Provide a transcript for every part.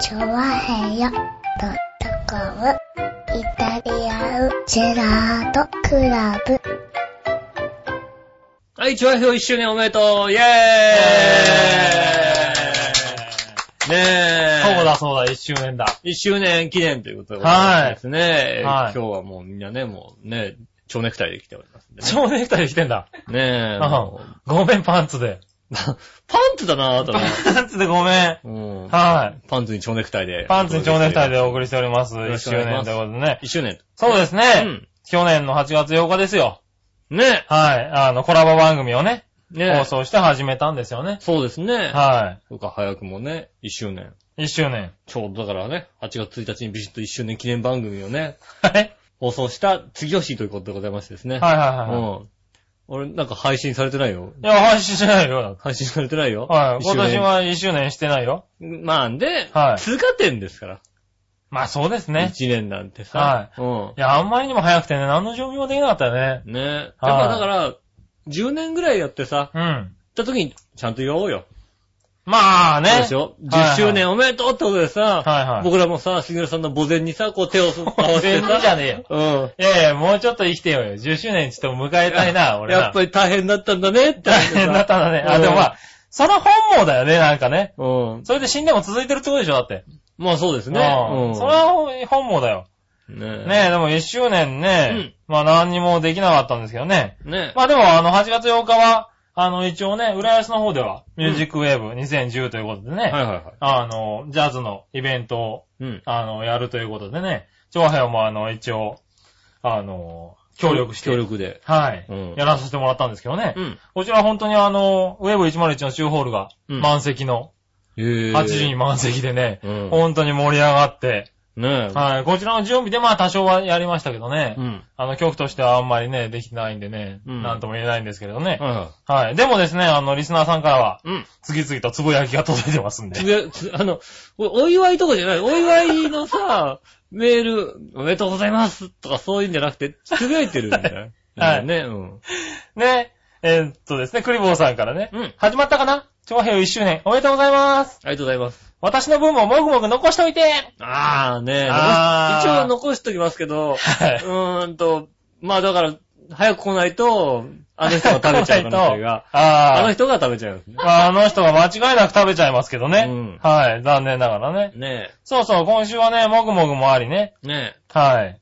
チョワヘヨドットコムイタリアンジェラートクラブ。はい、調和表1周年おめでとうイェーイねえ。そうだそうだ、一周年だ。 1周年記念ということでございますね。は今い日はもうみんなね、もうね、蝶ネクタイで来ておりますんでね。超ネクタイで来てんだ。ねえ。うんもう ごめん、パンツで。パンツだなぁと思ってパンツでごめん。うんはい。パンツに蝶ネクタイで。パンツに蝶ネクタイでお送りしております。よろ1しく周お願いします年ということでね。 1周年。そうですね。うん去年の8月8日ですよ。ねはい。あの、コラボ番組をね、え。ね放え。送して始めたんですよね。そうですね。はそうか、早くもね、1周年。い。1周年。ちょうどだからね、8月1日にビシッと1周年記念番組をね、はい。放送した次吉ということでございましてですね。はいはいはい。うん。俺、なんか配信されてないよ。いや、配信してないよ。だって配信されてないよ。はい。一周今年年。は1周年してないよ。まあ、んで、はい通過点ですから。まあそうですね。 1年なんてさ。いや、あんまりにも早くてね、何の準備もできなかったよね。うん。ねえ。やっはぱいだから、10年ぐらいやってさ、うん。行った時にちゃんと言おうよ。まあそうね。でしょ ?10 周年おめでとうってことではいさは、い僕らもさ、杉浦さんの墓前にさ、こう手を合わせて 全然じさ。ゃねえよ。うん。いやいや、もうちょっと生きてよよ。10周年ちょっと迎えたいな、俺な。やっぱり大変だったんだねって大話でさ。変だったんだね。うあ、んでもまあ、その本望だよね、なんかね。うん。それで死んでも続いてるってことでしょ、だって。まあそうですね。う。うんん。それは本望だよ。ねねえ、でも1周年ね、まあ何にもできなかったんですけどね。え。ねえ。まあでも、あの、8月8日は、あの、一応ね、浦安の方では、ミュージックウェーブ2010ということでね、はいはいはあの、ジャズのイベントを、い。うん。あの、やるということでね、長編もあの、一応、あの、協力して、協力で。はい、うんやらさせてもらったんですけどね、うん。こちら本当にあの、ウェーブ101のシューホールが、うん満席の、えー8時に満席でね、うん本当に盛り上がって、ねえ。はい、こちらの準備でまあ多少はやりましたけどね、うん。あの、曲としてはあんまりね、できてないんでね、うんなんとも言えないんですけれどね、はいははい。でもですね、あの、リスナーさんからは、い。うん。次々とつぶやきが届いてますん でつ。ぶやつあの、おお祝いとかじゃない。お祝いの さ、メール、おめでとうございますとかそういうんじゃなくて、つぶやいてるんだよ。 はいうんね、うん。ね。えーっとですね、クリボーさんからね。うん始まったかな長編1周年、おめでとうございます。ありがとうございます。私の分ももぐもぐ残しておいてあーねあー一応残しときますけど、うはい。ーんと、まあだから、早く来ないと、あの人が食べちゃう可能性が ああのー人が食べちゃいますね。まああの人が間違いなく食べちゃいますけどね。うんはい。残念ながらね。ねそうそう、今週はね、もぐもぐもありね。え、ねはい。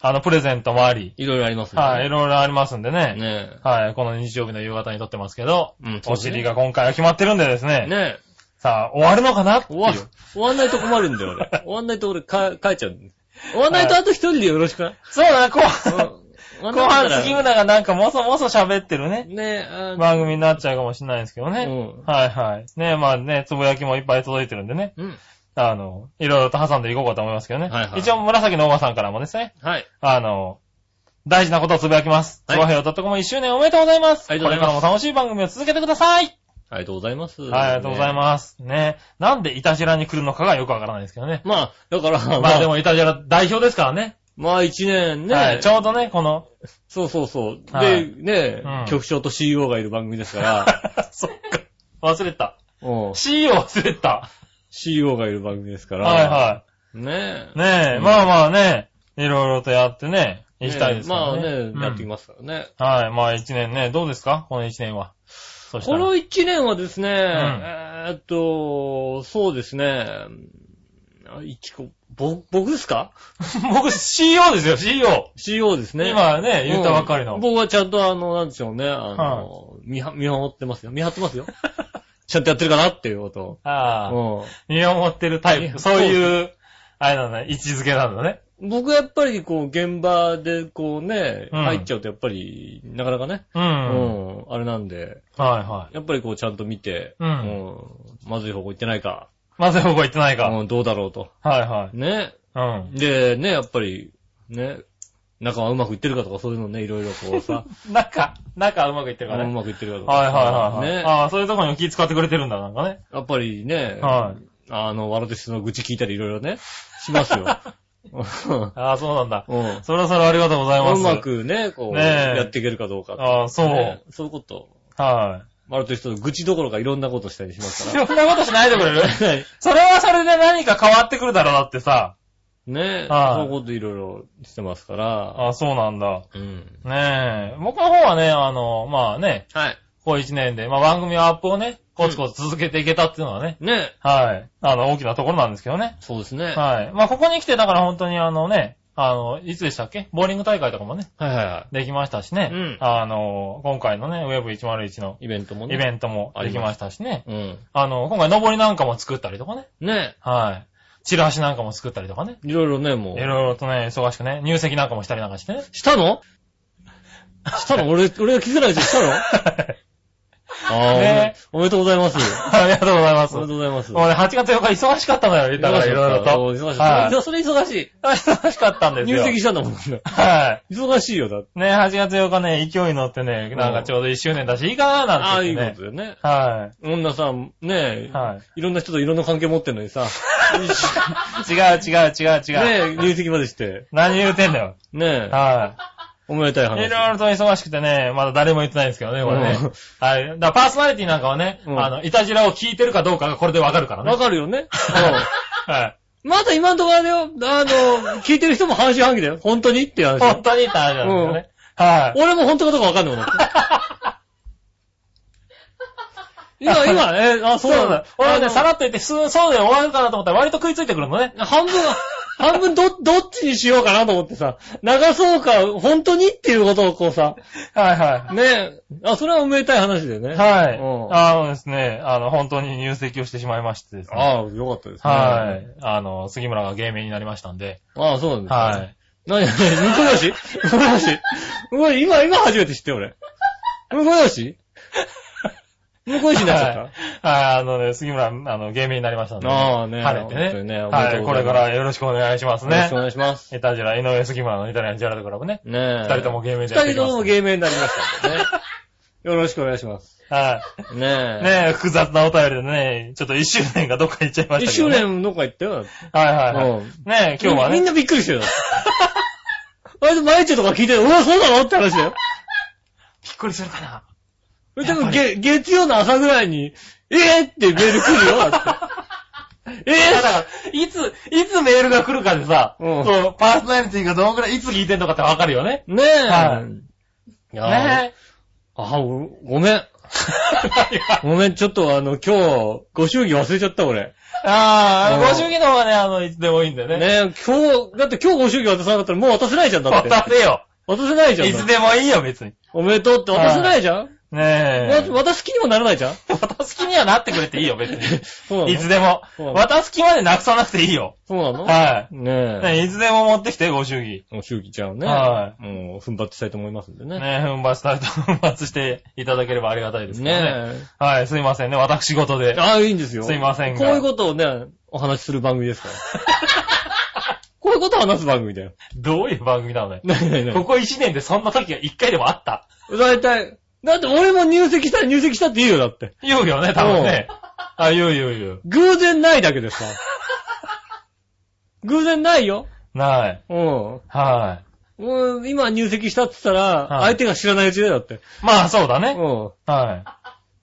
あの、プレゼントもあり。え、いろいろありますね。はい。いろいろありますんでね。ねはい。この日曜日の夕方に撮ってますけど。うんそうおですね尻が今回は決まってるんでですえ、ね。ねえ。さあ、終わるのかなってい終うわ、終わんないと困るんだよ、 俺。終わんないと俺、か、帰っちゃうんだよ終わんないとあと一人でよろしくないそうだな、後うん半、終わんな 後かっ半、たら杉村がなんかもそもそ喋ってるね、ねえ、あ番組になっちゃうかもしれないですけどね。うんはいはい。ねまあね、つぶやきもいっぱい届いてるんでね。うん。あの、いろいろと挟んでいこうかと思いますけどね。はいはい一応、紫のおばさんからもですね、はい。あの、大事なことをつぶやきます。はいつばへよ .com1 周年おめでとうございます。ありがとうございますこれからも楽しい番組を続けてください。ありがとうございます。はい、ありがとうございます。ねなんでいたじらに来るのかがよくわからないですけどね。す。まあ、だから、まあでも、も、いたじら代表ですからね。まあ一年ね、はい、ちょうどね、こ の、そうそうそう。はで、いねうんえ、局長と CEO がいる番組です から、そっか。忘れた。うん C を忘れた。 CEO がいる番組ですから、。はいはいねい。ねえ、うんまあまあね、いろいろとやってね、え。行きたいですかまらあね。ね、やってききますからね。ます。はい、まあ一年ね、どうですかこの一年は。そしこたらの一年はですね、んえーっと、そうですね、あ一個、ぼ僕ですか 僕 CO ですよ、CO。 ?CEO ですね。今ね、言ったばっかりうのん。僕はちゃんとあの、なんでしょうね、あの、見は見守ってますよ。見張ってますよ。 ちゃんとやってるかなっていうことああ、を。見守ってるタイうんプ。そういう、あれなんだね、位置づけなんだね。うん僕はやっぱりこう、現場でこうね、うん入っちゃうとやっぱり、なかなかね、うん。うはいん、あれなんで、はい。やっぱりこう、ちゃんと見て、うんうんまずい方向行ってないか、まず僕は言ってないか。はいうんどうだろうと。はね。い。うん。で、ね、やっぱり、ね、仲はうまくいってるかとか、そういうのね、いろいろこう さ、中、中うまくいってるか仲らうね。まくいってるかとかはいさ、はいはいはい。ね、ああ、そういうとこにも気使ってくれてるんだ、なんかね。やっぱりね、はい。あの、ワロテスの愚痴聞いたりいろいろね、しますよ。 うああ、 そうなんだ。んそろそろありがとうございます。うま。くね、こう、ねえやっていけるかどうかっていうね。ああ、そう。 そういうこと。はマルという人の愚痴どころかいろんなことしたりしますそかんなことしないでくれるら。はいそれ はそれで何か変わってくるだろうだってさ。ねえ、はいそういうこといろいろしてますから。あ、そうなんだ。うん。ねえ。僕の方はね、あの、まあね、はい。こう一年で、まあ番組アップをね、コツコツ続けていけたっていうのはね、ねえ。はい。あの、大きなところなんですけどね。そうですね。ははい。まあここに来て、だから本当にあのね、あの、いつでしたっけボーリング大会とかもね、いはいはできましたしね。うんあの、今回のね、ウェブ101のい。イベントもね。イベントもできましたしね。うん。あの、今回、上りなんかも作ったりとかね。ねはい。チラシなんかも作ったりとかね。え。いろいろね、も。いうろいろとね、忙しくね、入籍なんかもしたりなんかしてね。 したのしたの俺、俺が気づかないうちにした のああ、ねおめおめでとうございます。ありがとうございます。おめでもうとうございます。ね、8月4日忙しかったのよ、だからいろいろと。忙しい。はいいやそれ忙しい。忙しかったんです入よ。籍したんだもん な。は忙しいよ、だって。い。ね、8月4日ね、勢いに乗ってね、なんかちょうど1周年だし、いいかな、あなあ、んてい言いっこてね。とだよね。は女さん、ねえ、、はいろんな人といろんな関係持ってんのに さ、い。 違う違う違う違う。ねえ、入籍までして、何言うてんだよ。ねえ、はい。おめでたい話。いろいろと忙しくてね、まだ誰も言ってないんですけどね、これねうん。はい。だからパーソナリティなんかはね、うんあの、いたじらを聞いてるかどうかがこれでわかるからわね。かるよ ね。はい。うんまだ今のところだよ、あの、聞いてる人も半信半疑だよ。本当にっていう話 本。当にって話なんですよね。はい。俺も本当かどうかわかんないもん。今、今、えあ、そそううななんんだだ。。俺はあね、のさらっと言って、すそうで終わるかなと思ったら割と食いついてくるのね。半分、半分ど、どっちにしようかなと思ってさ、流そうか、本当にっていうことをこうさ、はいはねえ、あ、それはおめでたい話だよね。い。はい。うんあのですね、あの、本当に入籍をしてしまいましてですね。ああ、よかったですね。はい。あの、杉村が芸名になりましたんで。ああ、そうなんですねはい。何、何、向こうよし向こうよし向こう今、今初めて知って俺。向こうよし向こうよしになっちゃった、はい、あのね、杉村、あの、芸名になりましたんで、ああね晴れて本当にね。ねおめではとうい、ごこざいますれからよろしくお願いしますよろしねくお。願いします。イタジラ、井上杉村のイタリアンジェラートクラブね。ねえ。二人とも芸名でやって二いき人ますとも芸名になりましたんでね。よろしくお願いします。はねえ。い。ねえ、複雑なお便りでね、ちょっと一周年がどっか行っちゃいまし一たけど、周ね。年どっか行ったよ。はいはいはういん。ねえ、今日はみんね。なびっくりしてるよ。あいつ、マイチェとか聞いてる。うわ、そうなのって話だよ。びっくりするかな。でも、げ、月曜の朝ぐらいに、えぇ、ってメール来るよ、 だって。えいやぇ、だから、いつ、いつメールが来るかでさ、うんそう、パーソナリティがどのくらいいつ聞いてんのかってわかるよね。ねえ。はいいやーねえ。あ、ごごめん。 ごめん、ちょっとあの、今日、ご祝儀忘れちゃった、俺。あうんあ、ご主義の方はね、あの、いつでもいいんだよね。ねえ、今日、だって今日ご祝儀渡さなかったらもう渡せないじゃん、 だって。渡せよ。渡せないじゃん。いつでもいいよ、別に。おめでとうって渡せないじゃん、ねわえ。渡す気にもならないじゃん渡す気にはなってくれていいよ、別に。そうなの いつでもそうな。の渡す気までなくさなくていいよ。そうなのはねい。え。ねいつでも持ってきて、ご祝儀。もう祝儀ちゃんをね。。はいもう、奮発したいと思いますんでね。ねえ、奮発したいと、 奮発していただければありがたいですけどね。ねはい、すいませんね、私事でえ。。ああ、いいんですよ。すいませんがこういうことをね、お話しする番組ですから。 こういうことを話す番組だよ。どういう番組なのよ。ねえねえねここ1年でそんな時が1回でもあった。え。だいたい、だって俺も入籍したら入籍したって言うよ、だって。言うよね、多分ね。あ、言う言う言う。偶然ないだけでさ。偶然ないよ。ない。うん。はうん、今入籍したって言ったら、はい相手が知らないうちだよ、だって。い。まあ、そうだね。うん。はい。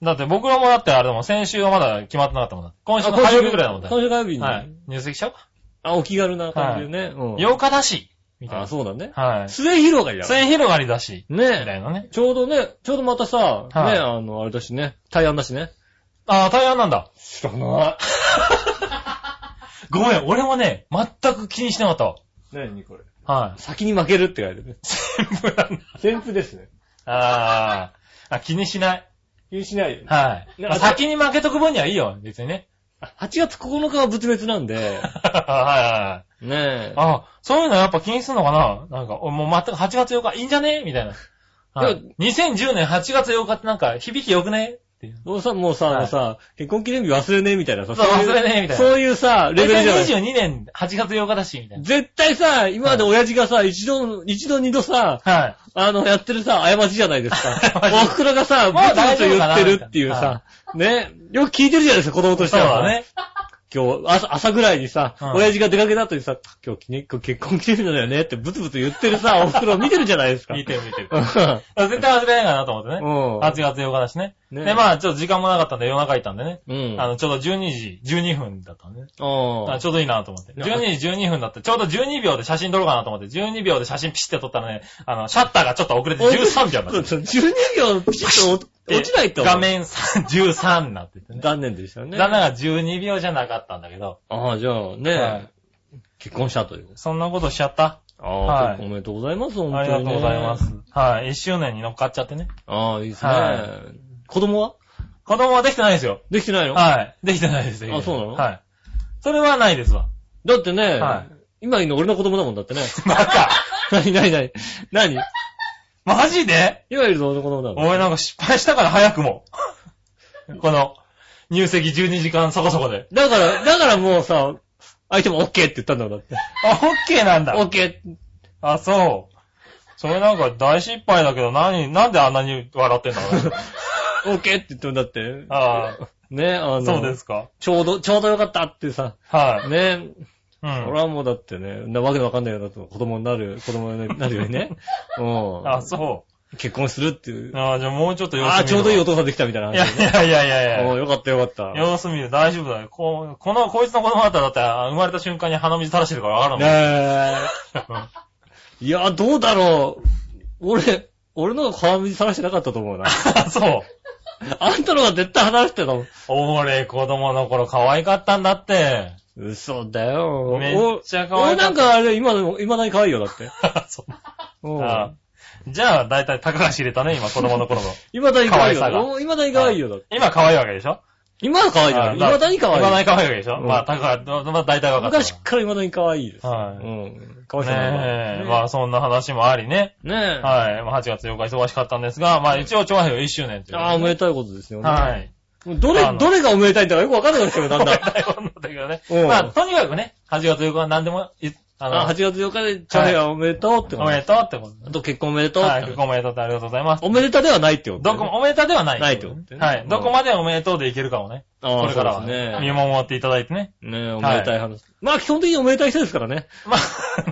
だって僕らもだってあれだもん、先週はまだ決まってなかったもんな。今週の火曜日ぐらいだもんね。今週火曜日に。はい。入籍しちゃおうか。あ、お気軽な感じでね。うん。 8日だし。みたいあ、な。そうだね。はい。末広がりだ末広がりだし。みたねいなねえ。。ちょうどね、ちょうどまたさ、ねえ、はいあの、あれだしね、対案だしね。ああ、大安なんだ。知らなごめん、俺もね、全く気にしてなかっい。何これ。たわ。はい。先に負けるって書いてる ね。全部なんだ。先付ですね。あーあ、気にしない。気にしないよね。はい。ねまあ先に負けとく分にはいいよ、別にね。 8月9日は仏滅なんで、 はねえいはいはい。。あ、そういうのやっぱ気にするのかななんか、おもう全く8月8日いいんじゃねみたいな。はいで2010年8月8日ってなんか響き良くねっていう。どうさ、もうさ、はいあのさ、結婚記念日忘れねえみたいなさ、そうそういう忘れねえみたいなそういうさ、レベルじゃない。 22年8月8日だし、みたいな。絶対さ、今まで親父がさ、一度、一度二度さ、はい。あの、やってるさ、過ちじゃないですか 過。ちおふくろがさ、ブもうツブ大ツ丈夫言かっなてるっていうさ、ね、よく聞いてるじゃないですか、子供としてそうは。だね。今日、朝、朝ぐらいにさ、うん親父が出かけた後にさ、今日記念、今日結婚記念日なんだよねってブツブツ言ってる さ、おふくろ見てるじゃないですか。 見てる見てる。う絶対忘れないかなと思ってね。ん。 8月8日だしね。ねで、まあ、ちょっと時間もなかったんで夜中行ったんでね。うん。あの、ちょうど12時、12分だったんでね。おあーちょうどいいなと思って。な12時12分だって、ちょうど12秒で写真撮ろうかなと思って、12秒で写真ピシって撮ったらね、あの、シャッターがちょっと遅れて13秒に なっちゃっ12秒ピシッとて落落ちないと。画。面3 13になっててね。残念でしたね。だから12秒じゃなかったんだけど、ああ、じゃあはねい、結婚したという。そんなことしちゃった。あはあ、いおめでとうございます、本当ありにがね。とうございます。はい。1周年に乗っかっちゃってね。ああ、いいですねは。子供は子供はできてないですよ。できてないのはい。できてないですよ。あそうなのはい。それはないですわ。だってねは、今いるの俺の子供だもんだってね。 バカなになになになにマジで今いるの俺の子供だもん。俺なんか失敗したから早くも。この、入籍12時間そこそこで。だから、だからもうさ、相手も OK って言ったんだもんだって。あ、オッケーなんだ。 OK! あ、そう。それなんか大失敗だけど、何、なん であんなに笑ってんだろうね。 OK って言ってもだって。ああ、ね、あの、そうですか。ちょうど、ちょうどよかったってさ、はい。ね、う俺ん。はもうだってね、なわけのわかんないようなと子供になる、子供になるよね。 うん。あ、そ結婚するっていうう。。あじゃあもうちょっと様子見あるあ、ちょうどいいお父さんできたみたいないや話いやいやいやいおや。うよかったよかった。ね様子見る。大丈夫だよ。こう、この、こいつの子供だったら、だって、あ生まれた瞬間に鼻水垂らしてるからわかるもん。え。いや、どうだろう。俺、俺のが川水さらしてなかったと思う な。あそう。あんたのが絶対話してたもん。俺、子供の頃可愛かったんだって。 嘘だよ。めっちゃ可愛俺かなんっかあれ、今でも、未だに可愛いよ、だって。た。そううんあじゃあ、だいたい高橋入れたね、今、子供の頃の。未だに可愛いよ可愛さが。お未だに可愛いよ、だって。今可愛いわけでしょ今は可愛いじゃあん。未だに可未だ愛い。に可愛いわけでしょ、うんまあ、高橋、まあ、大体わかったわ。昔から未だに可愛いです。うはい。ん。可愛さがねえ、まあ、そんな話もありね。ねえ。はい。まあ、8月8日忙しかったんですが、まあ、一応、調和平1周年という。ああ、おめでたいことですよね。はい。もうどあれ、のどれがおめでたいんだかよくわかんなくなってくる、だんだん。大変 なんだけどね。うんまあ、とにかくね、8月8日は何でもい、ああ、8の、月8日で、チャヘアおめでとうっておめでとうってことあと結婚おめでとうっはい、て結。婚おめでとうってありがとうございます。おめでたではないってことだどよね。こも、おめでたではない。ないってことねはい。うんどこまでおめでとうでいけるかをね。あこあれからそはうです見ね。守っていただい てね。ねえ、おめでたい話。まあ、基本的におめでたい人ですからね。ま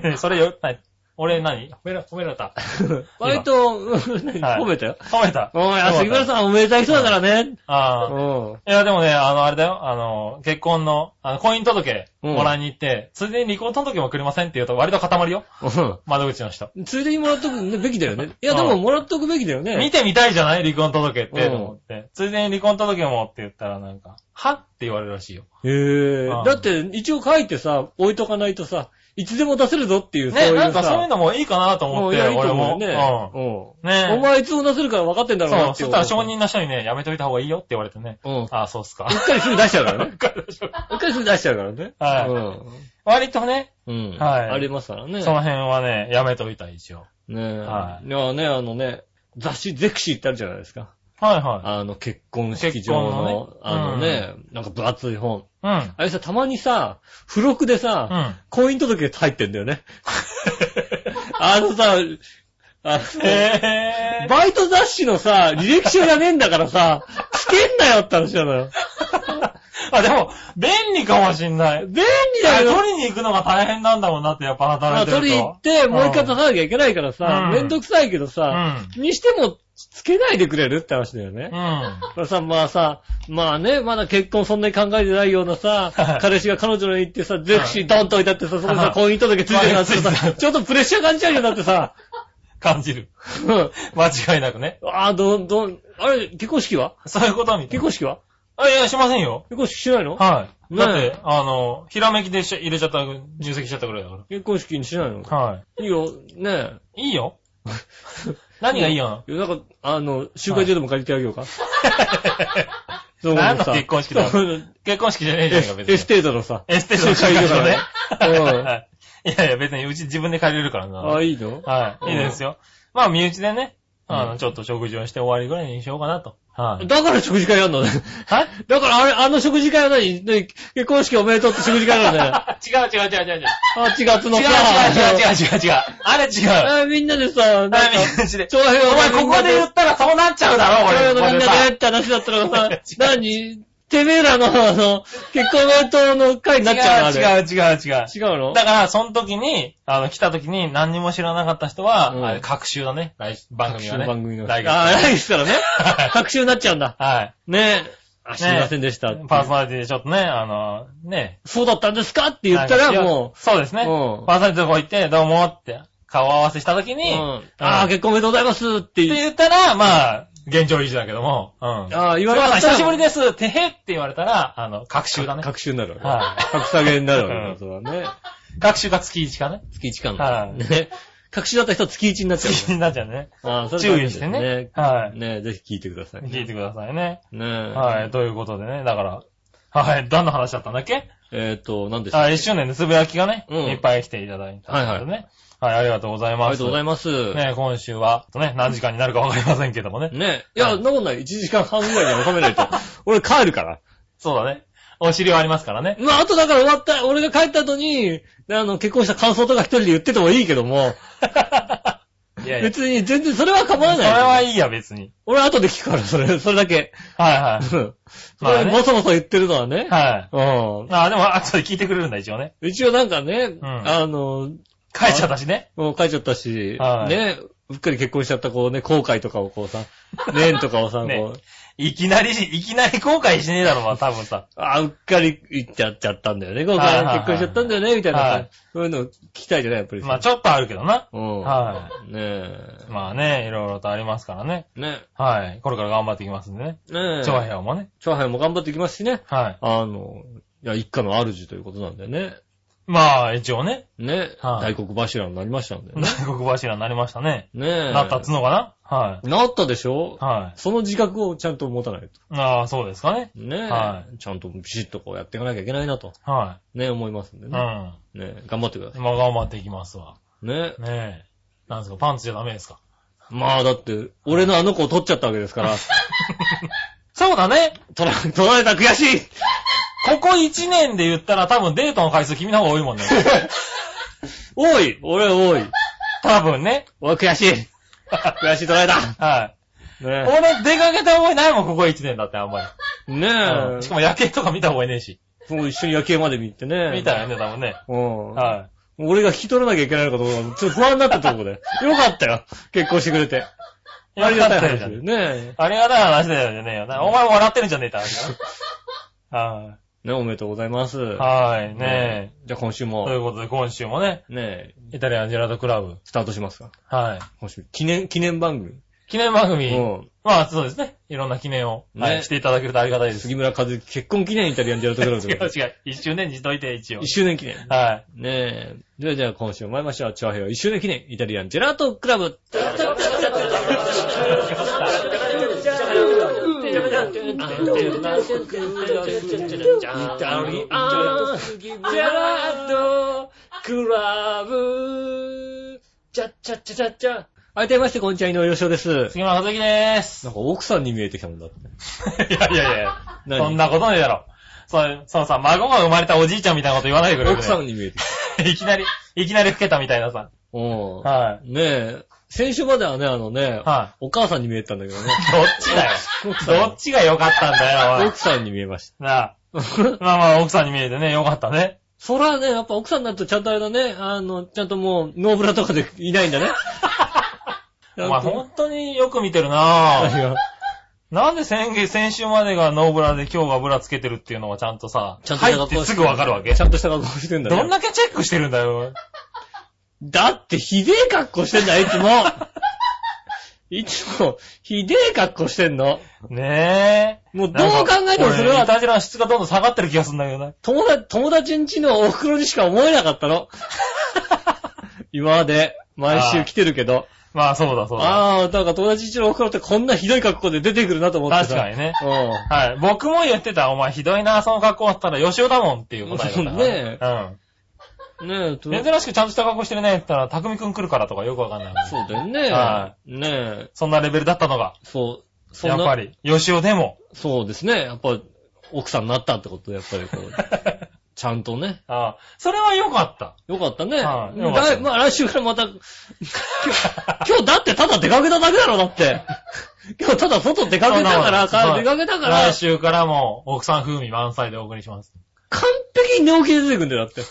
あ、ねそれよ、はい俺何褒めら、褒められた。 割と、 うん褒めたよ。褒めた。 おい、あ、褒め杉た村さんおめでたい人だからね。うああ。ん。いや、でもね、あの、あれだよ、あの、結婚の、あの、婚姻届うんもらいに行って、ついでに離婚届もくれませんって言うと割と固まるよ。窓口の人。うん。ついでにもらっとくべきだよね。いや、でうもんもらっとくべきだよ見ね。てみたいじゃない離婚届って、うんと思って。ついでに離婚届もって言ったらなんか、はって言われるらしいよ。へえうん。だって、一応書いてさ、置いとかないとさ、いつでも出せるぞっていう、そうね、いなんうかそういうさ。のもいいかなと思って、いやいい俺と思うも。うん。よね。ねうん。お前いつも出せるから分かってんだろうそなう、ってそいう。したら承認の人にね、やめといた方がいいよって言われてね。うん。ああ、そうっすか。うっかりすぐ出しちゃうからね。はうっかりすぐ出しちゃうから ね。い。割とね、うん。うん。はいありますからね。その辺はね、やめといた、一応。ねえ。。はいやね、あのね、雑誌ゼクシーってあるじゃないですか。はいはあの、結婚式場の、結婚あののねね、なんか分厚い本。い。うん。あれさ、たまにさ、付録でさ、うん。婚姻届が入ってんだよね。 あのさ、あの、へぇー。バイト雑誌のさ、履歴書じゃねえんだからさ、つけんなよって話なのよ。あ、でも、便利かもしんない。便利だあけど、取りに行くのが大変なんだもんなって、やっぱま働あいてると。取りに行って、もう一回出さうんなきゃいけないからうさ、んめんどくさいけどさ、にしても、つけないでくれるって話だよね。うん。うん。まあさ、まあさ、まあね、まだ結婚そんなに考えてないようなさはい、彼氏が彼女に行ってさ、ゼクシードンと置いてあってさ、そこにはさい、婚姻届ついてるなんてついてさ、る ちょっとプレッシャー感じちゃうよだってさ、 感じる。うん間違いなくね。ああ、どん、どん、あれ、結婚式はそういうことみたい結な。婚式はあ、いや、しませんよ。結婚式しないのはい。だっねて、あの、ひらめきでし入れちゃった、入籍しちゃったぐらいだか結婚式にしないのら。はいいよ、ねい。いいよ。何がいいよなのえ。いやなんか、あの、集会所でも借りてあげようか。そう何の結婚式だ よそう結婚式じゃねえじゃエんか、ス別に。エステートのさ、エステの会場ね。うんはいいやいや、別にうち自分で借りれるからな。ああ、いいのはい。いいですよ。まあ、身内でね、あうの、んちょっと食事をして終わりぐらいにしようかなと。はい。だから食事会やんのね。はい だからあれ、あの食事会は何ね結婚式おめでとうって食事会なの ね。 違う違う違う違う違う。 8月違う違のうさ。違う違う違う。あれ違う。はあみんなでさ、なんか、い、身内で。長編お前ここで言ったらそうなっちゃうだろ、長の俺。みんなこれでさって話だったらさ違う、何てめえらの、あの、結婚おめでとうの回になっちゃうのあれ。違う違う違う違う。違う。違うのだから、その時に、あの、来た時に何にも知らなかった人は、うんあれ、各週だね。来番組はね。各種番組の。あ大ー、学。ないですからね。各週になっちゃうんだ。はい。ねえ。あ、すいませんでした。パーソナリティでちょっとね、あの、ね。そうだったんですかって言ったらもう。そうですね。うんパーソナリティのとこ行って、どうもって、顔合わせした時う、うに、っん。ああ、結婚おめでとうございますってて言う。言ったら、まあ、現状維持だけども、うん。ああ、言われままあした。久しぶりです、てへって言われたら、あの、各週だね。各週になるわけ。はい格下げになるわけうだ、んそうだね。各週か月1かね。月1かなはいね。各週だった人は月1になっちゃう月1になっちゃうね。から。ああ、それ注意してね。。はい。ねえ、ぜひ聞いてください。聞いねてくださいね。え。はい、ということでね、だから、はい、何の話だったんだっけえっと、何でしたあ、っけ1周年でつぶやきがね、うんいっぱい来ていただいたはいはいのでね。はい、ありがとうございます。ありがとうございまます。ね、今週は、ね、何時間になるかわかりませんけどもね。ねえ。いや、はそいんなことない。1時間半ぐらいで収めないと。 俺帰るから。そうだね。お尻はありますからね。まあ、あとだから終わった、俺が帰った後に、あの、結婚した感想とか一人で言っててもいいけども、いやいや。別に全然それは構わない。それはいいや、別に。俺後で聞くから、それ、それだ け。はいうはん。そまあれ、ねボソボソ言ってるのはねい。。はうい。あ、でも、あ、それ聞いてくれるんだ、一応ね。ん。一応なんかね、んあの、帰っちゃったしね。もう帰っちゃったし、はいね、うっかり結婚しちゃったこうね、後悔とかをこうさ、 念とかをさ、ねこう、いきなり、いきなり後悔しねえだろ、まあ、多分さ。あ、うっかり言っちゃっちゃったんだよね、後はいはいは悔い結婚しちゃったんだよね、みたいなはさい、そういうの聞きたいじゃない、やっぱりさ。まあ、ちょっとあるけどな。うん。はねい。まあね、いろいろとありますからね。え。ねはい。これから頑張っていきますんでね。え。ねえ。長編もね。長編も頑張っていきますしね。はい。あの、いや、一家の主ということなんだよね。まあ、一応ね。ね。はい大黒柱になりましたんだよね。大黒柱になりましたね。ねえ。なったっつうのかなはなったでしょい。はその自覚をちゃんと持たないと。い。ああ、そうですかね。ねえ。はちゃんとビシッとこうやっていかなきゃいけないなと。はねえ、思いますんでい。うん。ね。まねえ、頑張ってくださあ、頑張っていきますわ。い。ねえ。ねえ。なんですか、パンツじゃダメですか。まあ、だって、俺のあの子を取っちゃったわけですから、 そうだね。取ら、取られたら悔しい ここ1年で言ったら多分デートの回数君の方が多いも んね。多い俺多い。多分ね。俺悔しい悔しい取られたはい。ね俺出かけた覚えないもん、ここ1年だってあんまり。え。ねうんしかも夜景とか見た覚えねえし。え。もう一緒に夜景まで見てね。見たよね、多分ね。うん。は俺が引き取らなきゃいけないのかと思うちょっと不安になったと ころで。よかったよ。結婚してくれて。い。ありがたい話じだゃんよ。ねありがたい話だよじゃねえよな。お前も笑ってるんじゃねえって話 だな。はい。え。ねおめでとうございます。はい、ねえ。じゃあ今週え。とも、いうことで、今週もね、ねえ、イタリアンジェラートクラブ。スタートしますか。はい。今週、記念、記念番組。記念番う組。ん。まあ、そうですね。いろんな記念を、ねはいしていただけるとありがたいです。杉村和樹結婚記念イタリアンジェラートクラブ。違う違う。一周年にしといて、一応1。周年記念。はい。ねえ。ではじゃあ今週も参りましょう。チョアヘヨ1周年記念イタリアンジェラートクラブ。はい、どうもまして、こんにちは、井上洋翔です。杉村和樹でーす。なんか奥さんに見えてきたもんだって。いやいやいや何そんなことねえだろ。そう、そうさ、孫が生まれたおじいちゃんみたいなこと言わないでくれる、ね。奥さんに見えてきた。いきなり、いきなり老けたみたいなさ。うん。はい。ねえ、先週まではね、あのね、はお母さんに見えてたんだけどね。い。どっちだよ。奥さんどっちが良かったんだよ、おい奥。さんに見えましなあ。た。 まあまあ、奥さんに見えてね、よかったね。そらね、やっぱ奥さんになるとちゃんとあれだね、あの、ちゃんともう、ノーブラとかでいないんだ ね。お前、本当によく見てるなぁ。がなんで先月、先週までがノーブラで今日はブラつけてるっていうのはちゃんとさ、ちゃんと入ってすぐわかるわけちゃんとした格好してんだね。どんだけチェックしてるんだよ。だって、ひでえ格好してんだ、いつも。 いつも、ひでえ格好してんの。ねえ。もうどう考えてもそれなんか俺イは、タジラの質がどんどん下がってる気がするんだけどな。友達、友達んちのお袋にしか思えなかった の。今まで、毎週来てるけど。まあ、そうだそうだ。ああー、なんか友達んちのお袋ってこんなひどい格好で出てくるなと思って確さ。かにね。うん。はい。僕も言ってた、お前ひどいな、その格好だったら吉尾だもんっていう答えだったから。 ねうん。ねえ、と珍しくちゃんとした格好してるねって言ったら、匠くん来るからとかよくわかんないもん。そうだよね。はねえ、そんなレベルだったのが、そう、そんやなっぱ。り、吉尾で も。そうですね。やっぱ、奥さんになったってことで、やっぱりこ う、ちゃんとね。ああ、それは良かった。よかったね。はいよかっ た 来まあ来週からまた、今日だってただ出かけただけだろ、だって。今日ただ外出かけたから、そうなのか出かけたから来、週からも、奥さん風味満載でお送りします。完璧に寝起きで出てくんだよ、だって。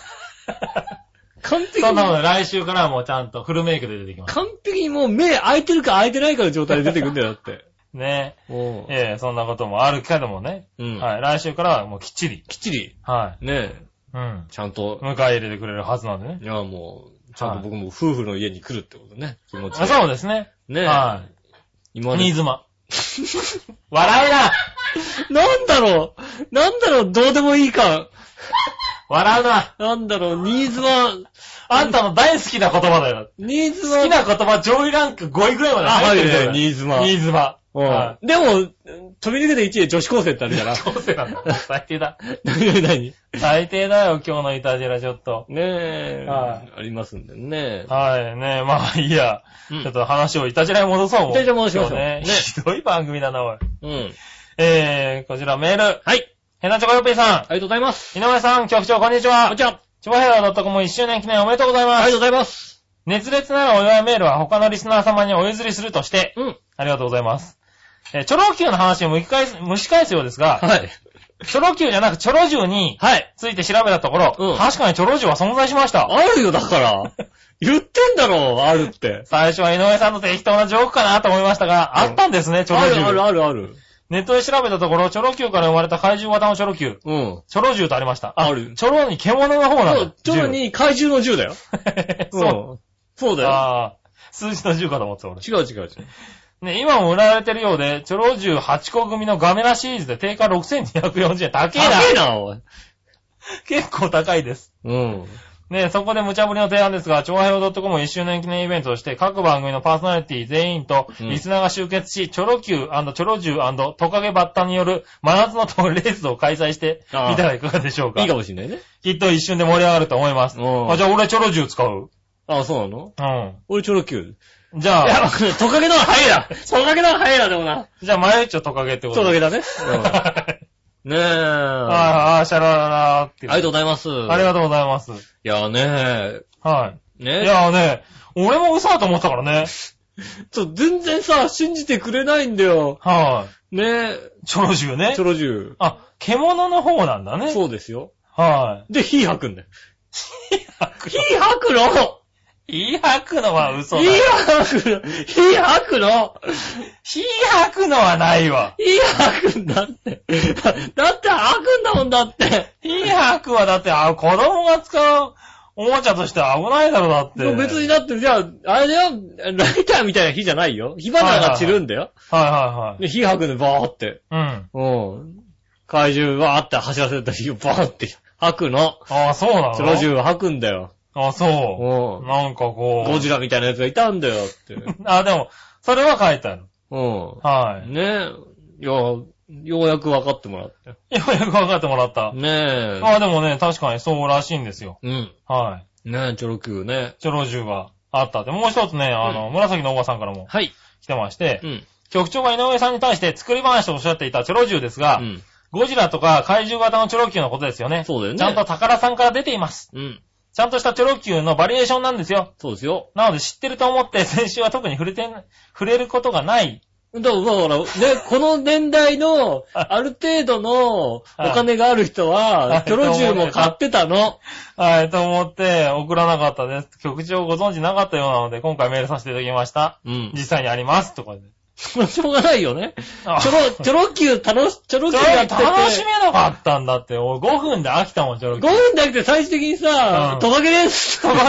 完璧そんなのに、で、来週からはもうちゃんとフルメイクで出てきます。完璧にもう目開いてるか開いてないかの状態で出てくんだよ、だって。ねも え。ええ、そんなこともあるけどもね。う、うん。はい。来週からはもうきっちり。きっちり、はねえ、い。うん。ちゃんと、迎え入れてくれるはずなんでね。いや、もう、ちゃんと僕も夫婦の家に来るってことね、気持ちあそうですね。ねえ。は今まい。で新妻。笑え ななんだろうなんだろうどうでもいいか。笑うななんだろうニーズは、あんたの大好きな言葉だよ。ニーズ好きは、な言葉上位ランク5位ぐらいまであ、は入っているね、よ。ニーズは。新妻。はうん。でも、飛び抜けて1位女子高生ってあるじゃな。い。どうせなんだ。最低だ。 何何最低だよ、今日のイタジラちょっと。ねえ、はありますんでね。はい、ねえ、まあいいや。うんちょっと話をイタジラに戻そうもう。イタジラ戻しましょう今日ね。ねひどい番組だな、おい。うん。えー、こちらメール。はい。ヘナチョコヨッピーさありがとうございます。ん。井上さん、局長、こんにちこんはに。ちは。チョコヘラ .com1 周年記念おめでとうございあまりがとうす。ございます。熱烈なるお祝いメールは他のリスナー様にお譲りするとして、うん。ありがとうございます。えー、チョロ Q の話を蒸し返す、蒸し返すようですが、はい。チョロ Q じゃなくチョロ銃にはい。ついて調べたところ、うん確かにチョロ銃は存在しました。あるよ、だから。言ってんだろ、あるって。最初は井上さんの適当なジョークかなと思いましたが、うんあったんですね、チョあロるある銃。あるある。ネットで調べたところ、チョロ Q から生まれた怪獣型のチョロ Q。うん。チョロ銃とありました。あるチョロに獣の方なそのう。、ちょうど。に怪獣の銃だよ。そう。ん。そうだよ。ああ。数字の銃かと思ってた、俺。違う違う違う。ね、今も売られてるようで、チョロ銃8個組のガメラシリーズで定価6240円。高えな高えな、おい。結構高いです。うん。ね、そこで無茶ぶりの提案ですが、超平洋 .com1 周年記念イベントとして、各番組のパーソナリティ全員と、うんリスナーが集結し、チョロ Q& チョロ銃トカゲバッタによる真夏のトレースを開催して、みああたらいかがでしょうかいいかもしんないね。きっと一瞬で盛り上がると思います。うんあじゃあ俺チョロ銃使う。あ、そうなのう俺チョロ Q。いん。じゃあ、や、トカゲの方が早いな。トカゲの方が早いな、でもな。じゃあ前っちょトカゲってこトとカゲで。だね。ねえ。 あああ、シャラララーってりいう。がとうございます。ありがとうございます。いやねはえ。い。いねえ。やね、俺も嘘だと思ってたからね。ちょ、全然さ、信じてくれないんだよ。はねえ。い。チョロ銃ねチョ。ロ銃。あ、獣の方なんだね。そうですよ。はで、火吐くんだよ。い。火吐くの火吐くのは嘘火だ。吐くの火吐くの火吐くのはないわ。いや、開くんだって。だって開くんだもんだって。火吐くはだって、あ、子供が使うおもちゃとしては危ないだろうだって。もう別に。だって、じゃあ、あれだよ、ライターみたいな火じゃないよ。火花が散るんだよ。はで、火吐くんで、バーって。いはいはい。うん。うん。怪獣バーって走らせた火をバーって吐くの。ああ、そうなのその銃を吐くんだよ。あそうう。ん。なんかこう。ゴジラみたいなやつがいたんだよって。あ、でも、それは書いてある。うはん。ねえ。いや、ようやく分かってもらって。い。ようやく分かってもらった。ねまあでもね、確かにそうらしいんですよ。え。うん。はねえ、チョロ Q ね。い。チョロ銃があったって。もう一つね、あの、紫のおばさんからもはい。来てましてう、ん。局長が井上さんに対して作り話とおっしゃっていたチョロ銃ですが、うん。ゴジラとか怪獣型のチョロ Q のことですよね。そうだよねちゃんと宝さんから出ています。うん。ちゃんとしたチョロ Q のバリエーションなんですよ。そうですよ。なので知ってると思って、 先週は特に触れてな、触れることがない。だから、だからね、この年代の、ある程度のお金がある人はは、いチョロ銃も買ってたの。はい、と思って送らなかったです。局長ご存知なかったようなので、今回メールさせていただきました。うん実。際にあります。とかで。しょうがないよね。あチョロ、チョロ級楽し、チョロ級やってて。楽しめなかったんだって。俺5分で飽きたもん、ちょろ5き。5分だけで最終的にうさん、トカゲです。ト分 だっ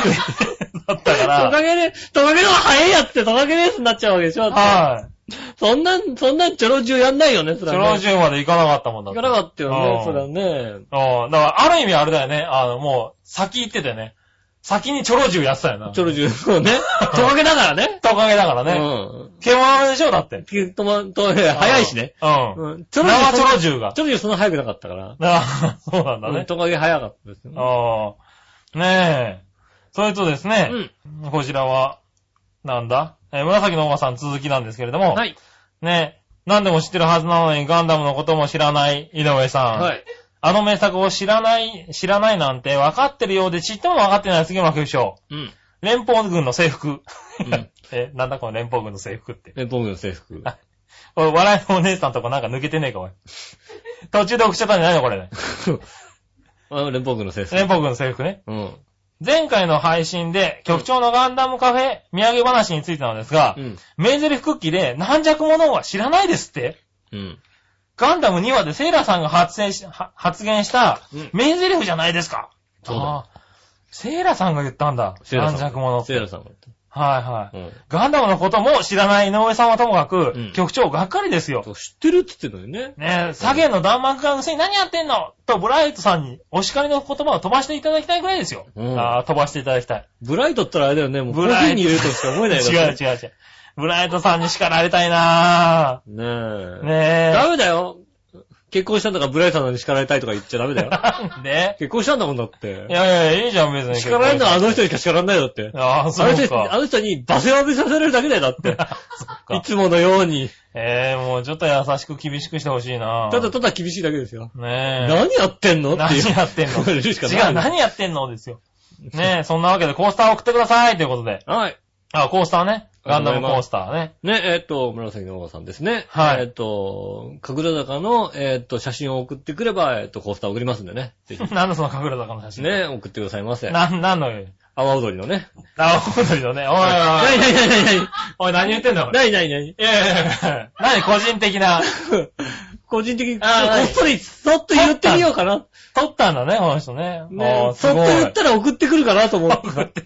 たかトら。カゲで、トカゲの方が早いやつってトカゲですになっちゃうわけでしょ。はい。そんなん、そんなんチョロ銃やんないよね、そチらョね。ロ中まで行かなかったもんだいって。かなかったようねん、そらね。うん。だから、ある意味あれだよね。あの、もう、先行っててね。先にチョロ銃やってたよな。チョロ銃、そう ね。トカゲだからね。トカゲだからうね。ん。獣でしょ、だって。きゅとま、と、早いしね。うん。うん。 うん。チョロ銃生チョロ銃が。ちょっとそんな早くなかったから。ああ、そうなんだうんね。トカゲ早かったですよね。ああ。ねえ。それとですね、こちらは、なんだえー紫のおばさん続きなんですけれどうん。も、はい。ねえ、何でも知ってるはずなのにガンダムのことも知らない井上さん。はい。あの名作を知らない、知らないなんて分かってるようで知っても分かってない杉村局長。うん。連邦軍の制服。うん え、なんだこの連邦軍の制服って。 え、僕の制服。あおい、笑いのお姉さんとかなんか抜けてねえか、おい。途中で送っちゃったんじゃないの、これ。あ連邦軍の制服。連邦軍の制服ね。うん。前回の配信で、局長のガンダムカフェ、土産話についてなんですがう、ん。メンゼルフクッキーで軟弱者は知らないですってうん。ガンダム2話でセイラさんが発言しは発言したうん名台詞じゃないですか。そうだよあーセイラさんが言ったんだ。セイラさん軟弱者。はいセイラさんも。はい。うん。ガンダムのことも知らない井上さんはともかく、うん局長がっかりですよ。知ってるって言ってんのにね。ねえ、左元の弾幕がせに何やってんのとブライトさんにお叱りの言葉を飛ばしていただきたいぐらいですよ。うんあー飛ばしていただきたい。ブライトったらあれだよね、もうコブーヒライートに入れるとしか思えない 違うよ。違う違う。ブライトさんに叱られたいなねぁ。え。ねえ。ダメだよ。結婚したんだからブライトさんに叱られたいとか言っちゃダメだ よ。なんで結婚したんだもんだってい。やいや、いいじゃん、別に。叱られるのはあの人にしか叱られないよだって。ああ、あそのう人に、あか。の人に罵声を浴びさせられるだけだよ、だって。かいつものように。ええもうちょっと優しく厳しくしてほしいな。ただただ厳しいだけですよ。ねえ。何やってんのっていう。何やってんの 言うしかない違う、何やってんのですよ。ねえ、そんなわけでコースター送ってくださいということで。はい。あ、コースターね。ガンダムコースターね。ね、えっ、と、紫のおばさんですね。はいえっ、と、神楽坂の、えっ、と、写真を送ってくれば、えっ、と、コースター送りますんでね。ぜひ。 なんだその隠れ坂の話。。ね、送ってくださいませ。阿な、なんのよ。波踊りのね。あ、踊りのね。おいおいなおい い。ないないないない。おい、何言ってんだこれ。ないないない。いやいやいやいや。何個人的な。個人的に、こあーはいっそり、そっと言ってみようかな。撮ったんだね、この人ね。ねおー、すそっとごい。言ったら送ってくるかなと思 って。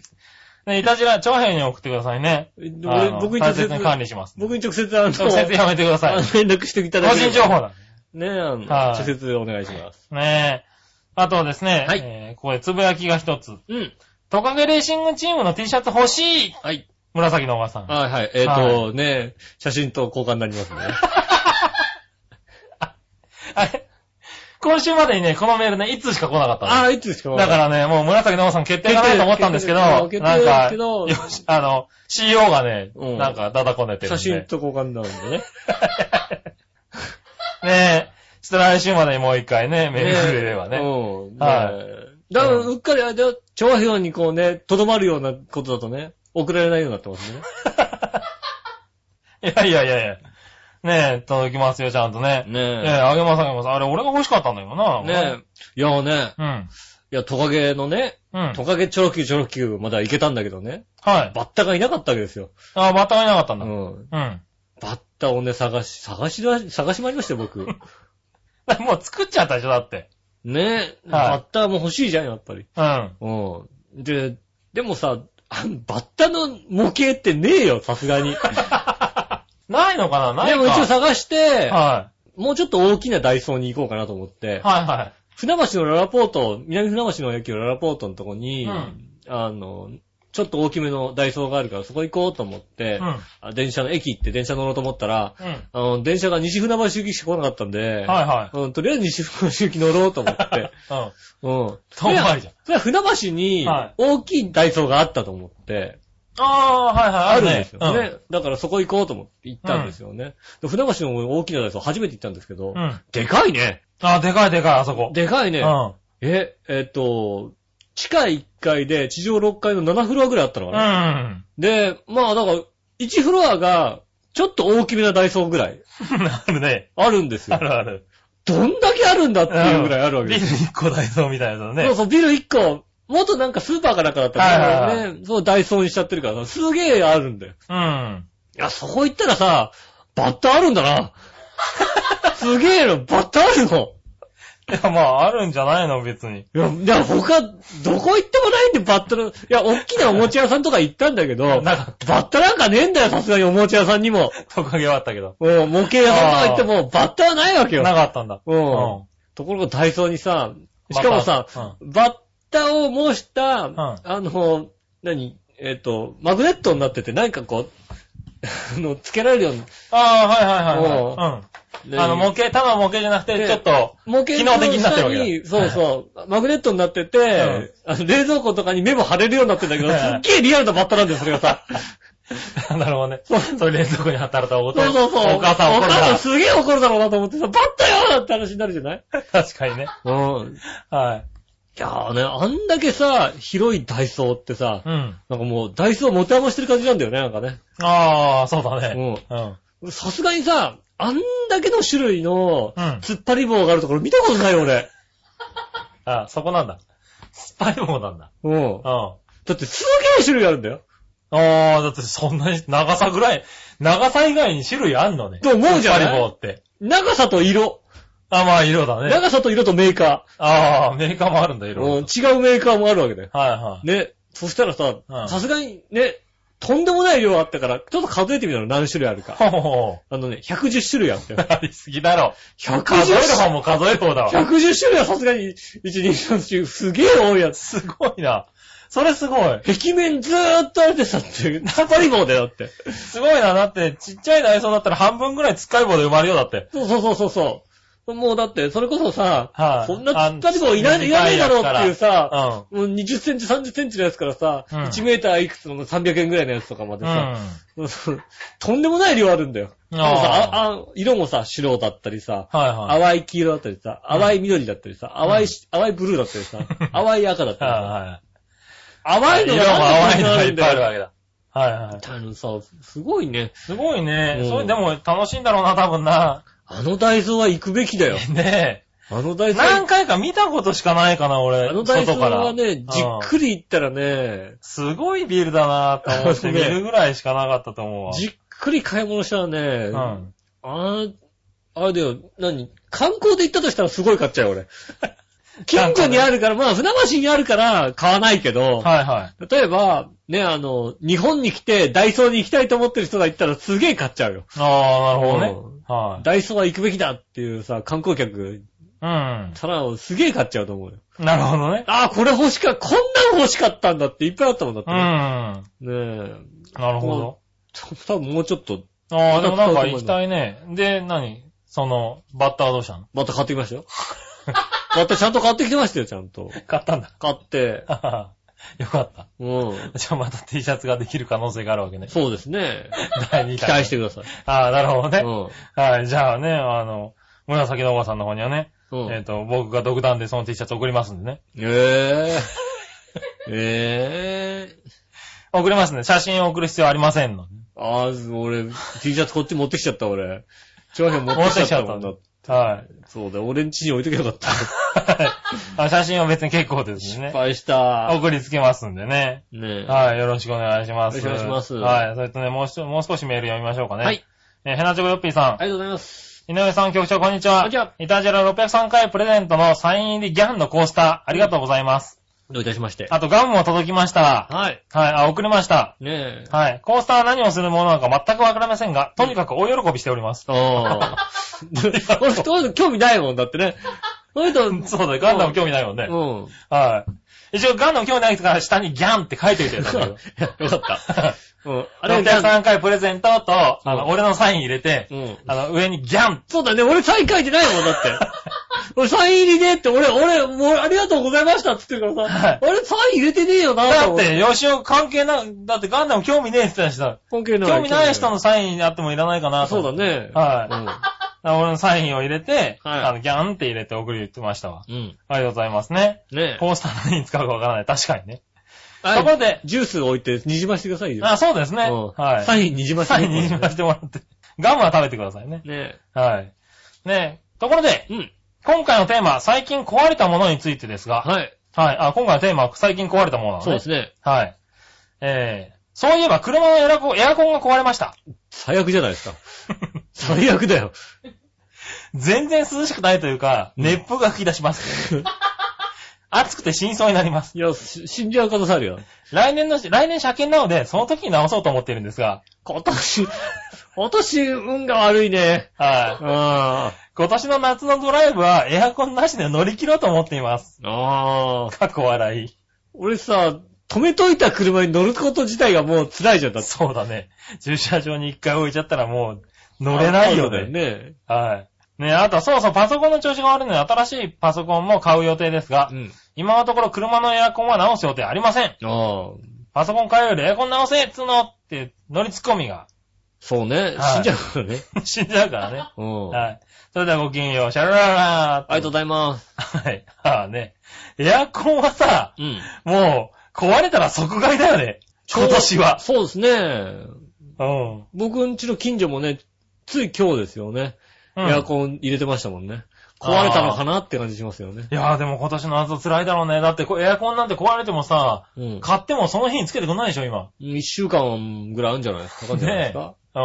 ね、いたじら、長編に送ってくださいね。俺あの僕に直大接切に、管理します。僕に直接、あの、直接やめてください あの。連絡していただ個けれ人ば情報だ。ねあの、はい直接お願いします。ねえ。あとはですね、はいえーここでつぶやきが一つ。うん。トカゲレーシングチームの T シャツ欲しいはい。紫のおばさん。はいはい。えっ、と、ね、写真と交換になりますね。あれ今週までにね、このメールね、いつしか来なかったのああ、いつですかだからね、もう紫のおばさん決定かなと思ったんですけど、なん決定決定か、決定だよけどし、あの、CO がね、うんなんか、だだこねてるん写で。真と交換なんでね。 ねえ、ちょっと来週までにもう一回ね、メールくれればね。うん。ははい。だから、うんうっかり、あれだよ調和表にこうね、とどまるようなことだとね、送られないようになってますね。いやいやいやいや。ねえ、届きますよ、ちゃんとね。ええ、ねあげますあげます。あれ、俺が欲しかったんだけどな。え。ねえ。いやね、うん。いや、トカゲのね、うん。トカゲチョロキューチョロキューまだいけたんだけどね、はい。バッタがいなかったわけですよ。あ、バッタがいなかったんうだ。ん。うん。バッタをね、探し、探しだ、探しまいりましたよ、 僕。もう作っちゃったでしょ、だって。ねえ、はいバッタも欲しいじゃん、やっぱり。うん。うん。で、でもさ、あのバッタの模型ってねえよ、さす がに。ないのかなないでかも一応探して、はもうちょっと大きなダイソーに行こうかなと思っい。て、はいは船橋のララポート、南船橋の駅のララポートのとこに、うんあの、ちょっと大きめのダイソーがあるからそこ行こうと思ってい。うん。、あ電車の駅行って電車乗ろうと思ったら、うん。あの電車が西船橋行きしか来なかったんで、はいはうん、とりあえず西船橋行き乗ろうと思 って、い。うん。うん。遠回りじゃんそれは船橋にはい大きいダイソーがあったと思って、ああー、はいはい。あるんですよ、ねね。だからそこ行こうと思って行ったんですよね。で船橋の大きなダイソー初めて行ったんですけど、うん。うん。でかいね。あ、でかいでかい、あそこ。でかいね。うん。え、えっと、地下1階で地上6階の7フロアぐらいあったのうかな。ん。 で、まあだから、1フロアがちょっと大きめなダイソーぐらいあるね。あるんですあよ。るある。どんだけあるんだっていうぐらいあるわけビでルす。 1個大蔵みたいなのそうね。そう、ビル1個。元なんかスーパーかなんかだったかはいはいらね、そうダイソーにしちゃってるからさ、すげえあるんだよ。うん。いや、そこ行ったらさ、バッタあるんだな。 すげえの、バッタあるの。いや、まあ、あるんじゃないの、別に。いや、いや他、どこ行ってもないんで、バッタの、いや、おっきなおもちゃ屋さんとか行ったんだけど、なバかっッタなんかねえんだよ、さすがにおもちゃ屋さんにも。た。トカゲはあったけど。うん、模型屋さんとか行っても、バッタはないわけよな。かったんだ。う。うんところがダイソーにさ、しかもさ、まバッタを模した、んあの、何、えっ、と、マグネットになってて、なんかこう、あ の、つけられるように。ああ、はいはいはいはい。うん。あの、模何型、ただの模型じゃなくて、でちょっと、模型機能的になってるわけのだ下にそうそう、マグネットになってて、あの冷蔵庫とかに目も貼れるようになってんだけど、はいすっげえリアルなバッタなんですよ、それが さ。なるほどね。 そういう冷蔵庫に働いたおそうそうそう。お母さんお怒る母さんな。すげえ怒るだろうなと思ってさ、バッタよって話になるじゃない 確かにね。うん。いはい。やーね、あんだけさ、広いダイソーってさ、うん。なんかもう、ダイソー持て余してる感じなんだよね、なんかね。ああ、そうだね。うん。俺さすがにさ、あんだけの種類のうん。突っ張り棒があるところ見たことないよ俺。あ、そこなんだ。スパイ棒なんだ。うんう。ん。あだってすげえ種類あるんだよ。あ、だってそんなに、長さぐらい、長さ以外に種類あんのね。と思うじゃないスパイ棒って。長さと色。あ、まあ、色だね。長さと色とメーカああ、メーカーもあるんだ、ー。色うん々。違うメーカーもあるわけだよ。はいはい。ね。そしたらさう、んさすがにね、とんでもない量あったから、ちょっと数えてみたら何種類あるか。ほうほうほあのね、110種類あった う。よ。ありすぎだろ。 110数える方も数える方だわ。 110種類はさすがに、1、2、3、4、すげえ多いやつ。すごいな。それすごい。壁面ずーっとあれでさって、突っ張り棒だよだって。すごいな。だって、ちっちゃい内装だったら半分ぐらいつっかい棒で埋まるよ、だって。そうそうそうそうそう。もうだって、それこそさ、はいこんな突っ張り棒いらあいらねえだろうっていうさ、うもう20センチ、30センチのやつからさ、うん1メーターいくつの300円ぐらいのやつとかまでん。うさ、ん。とんでもない量あるんだよ。あでもーさああ色もさ、白だったりさ、はいはい。淡い黄色だったりさ、淡い緑だったりさ、淡いし、淡いブルーだったりさ、淡い赤だったりさ、はいはい。淡いの色もが淡いのがいっぱいあるわけけだ。はいはい。あのさ、すごいね。すごいね。うんそれでも楽しいんだろうな、多分な。あのダイソーは行くべきだよ。 ねあのえ。ダイソー。何回か見たことしかないかな、俺。あのダイソ外かーらはね、じっくり行ったらね、すごいビールだなと思って見るぐらいしかなかったと思うわ。じっくり買い物したらね、うん。あー、あれだよ、何観光で行ったとしたらすごい買っちゃうよ、 俺。近所にあるから、まあ、船橋にあるから買わないけど、はいはい。例えば、ね、あの、日本に来てダイソーに行きたいと思ってる人が行ったらすげえ買っちゃうよ。ああ、なるほどねうん。はダイソーは行くべきだっていうさ、観光客、い。たらすげえ買っちゃうと思うよ。うん。なるほどね。ああ、これ欲しかっ、こんなん欲しかったんだっていっぱいあったもんだっうてん。ね。なねえ。るほど。ちょ多分もうちょっと、ああ、でもなんか行きたいね。で、何その、バッターはどうしたのまた買ってきましたよ。またちゃんと買ってきてましたよ、ちゃんと。買ったんだ。買って。 よかった。うん。じゃあまた T シャツができる可能性があるわけね。そうですね。第 2。期待しててください。ああ、なるほどね。うはい、じゃあね、あの、紫のおばさんの方にはね、ん。うん。えっ、えと、僕が独断でその T シャツ送りますんでね。え。ええ。送りますね。写真を送る必要ありませんので。ああ、俺、T シャツこっち持ってきちゃった、俺。長編持ってきちゃったもんだ。はい。 そうだよ、俺ん家に置いとけばよかった。あ写真は別に結構です失ね。敗した。送りつけますんでね。ねえ。はい、よろしくお願いします。よろしくお願いしますはい、それとね、もう一つもう少しメール読みましょうかね。はい。。えーヘナチョコヨッピーさありがとうございます。ん。井上さん、局長、こんにちは。こんにちはイタジェラ603回プレゼントのサイン入りギャンのコースター、ありがとうございます。どういたしまして。あと、ガムも届きました。はい。はい、あ、送りました。ねえ。はい。コースターは何をするものなのか全くわかりませんが、とにかく大喜びしております。ああ。 俺、そういうの興味ないもんだってね。そういうの、そうだよ、ガンダム興味ないもんね。うん。はい。一応、ガンダム興味ない人から下にギャンって書いておいてるん だけど。よかった。うん。 ああれれ、ギャン、 3回プレゼントと、あうの、ん俺のサイン入れて、うん。あの、上にギャンそうだね、俺サイン書いてないもんだ って。俺サイン入りでって、俺、俺、もうありがとうございましたって言ってるからはいさ、俺サイン入れてねえよなだと思っ、て、吉尾関係な、だってガンダム興味ねえって言ってたしさ、関係ない。興味ない人のサインあってもいらないかなとそう思だって。ね。はい。俺のサインを入れて、はいあの、ギャンって入れて送り言ってましたわ。うん。うん。ありがとうございますね。ねえ。コースター何に使うかわからない。確かにね。はいそこでジュース置いて、にじましてくださいよ。あ、そうですね。うんはい。サインにじましてサインに言わしてもらって。ガムは食べてくださいね。ねはい。ねえ。ところで、え。うん。今回のテーマ、最近壊れたものについてですが、はい。はい。あ、今回のテーマは最近壊れたものなのね。そうですね。はい。えー、そういえば車のエアコンエアコンが壊れました。 最悪じゃないですか。最悪だよ。全然涼しくないというか、うん熱風が吹き出します。 暑くて真相になります。いや、し死んじゃう可能性あるよ。来年のし、来年車検なので、その時に直そうと思っているんですが、今年、今年運が悪いね。はい。あ今年の夏のドライブはエアコンなしで乗り切ろうと思っています。あ。ああ。過去笑い。俺さ、止めといた車に乗ること自体がもう辛いじゃん、だって。そうだね。駐車場に一回置いちゃったらもう乗れないよそうだよね。ね。はい。ねあとそうそう、パソコンの調子が悪いので新しいパソコンも買う予定ですがう、ん。今のところ車のエアコンは直す予定ありません。ああ。パソコン買えるよりエアコン直せっつうのって乗りツッコミが そうね。はい死んじゃうからね。死んじゃうからね。うん。あはい。それではごきげんよう、シャラララりがとうございます。う。はい。ああね。エアコンはさ、うん。もう壊れたら即買いだよね。今年は。そうですね。うん。僕ん家の近所もね、つい今日ですよね。うんエアコン入れてましたもんね。壊れたのかなって感じしますよね。いやーでも今年の夏辛いだろうね。だってこうエアコンなんて壊れてもさ、うん。買ってもその日につけてこないでしょ、今。一週間ぐらいあるんじゃないですかかかんじゃないですかう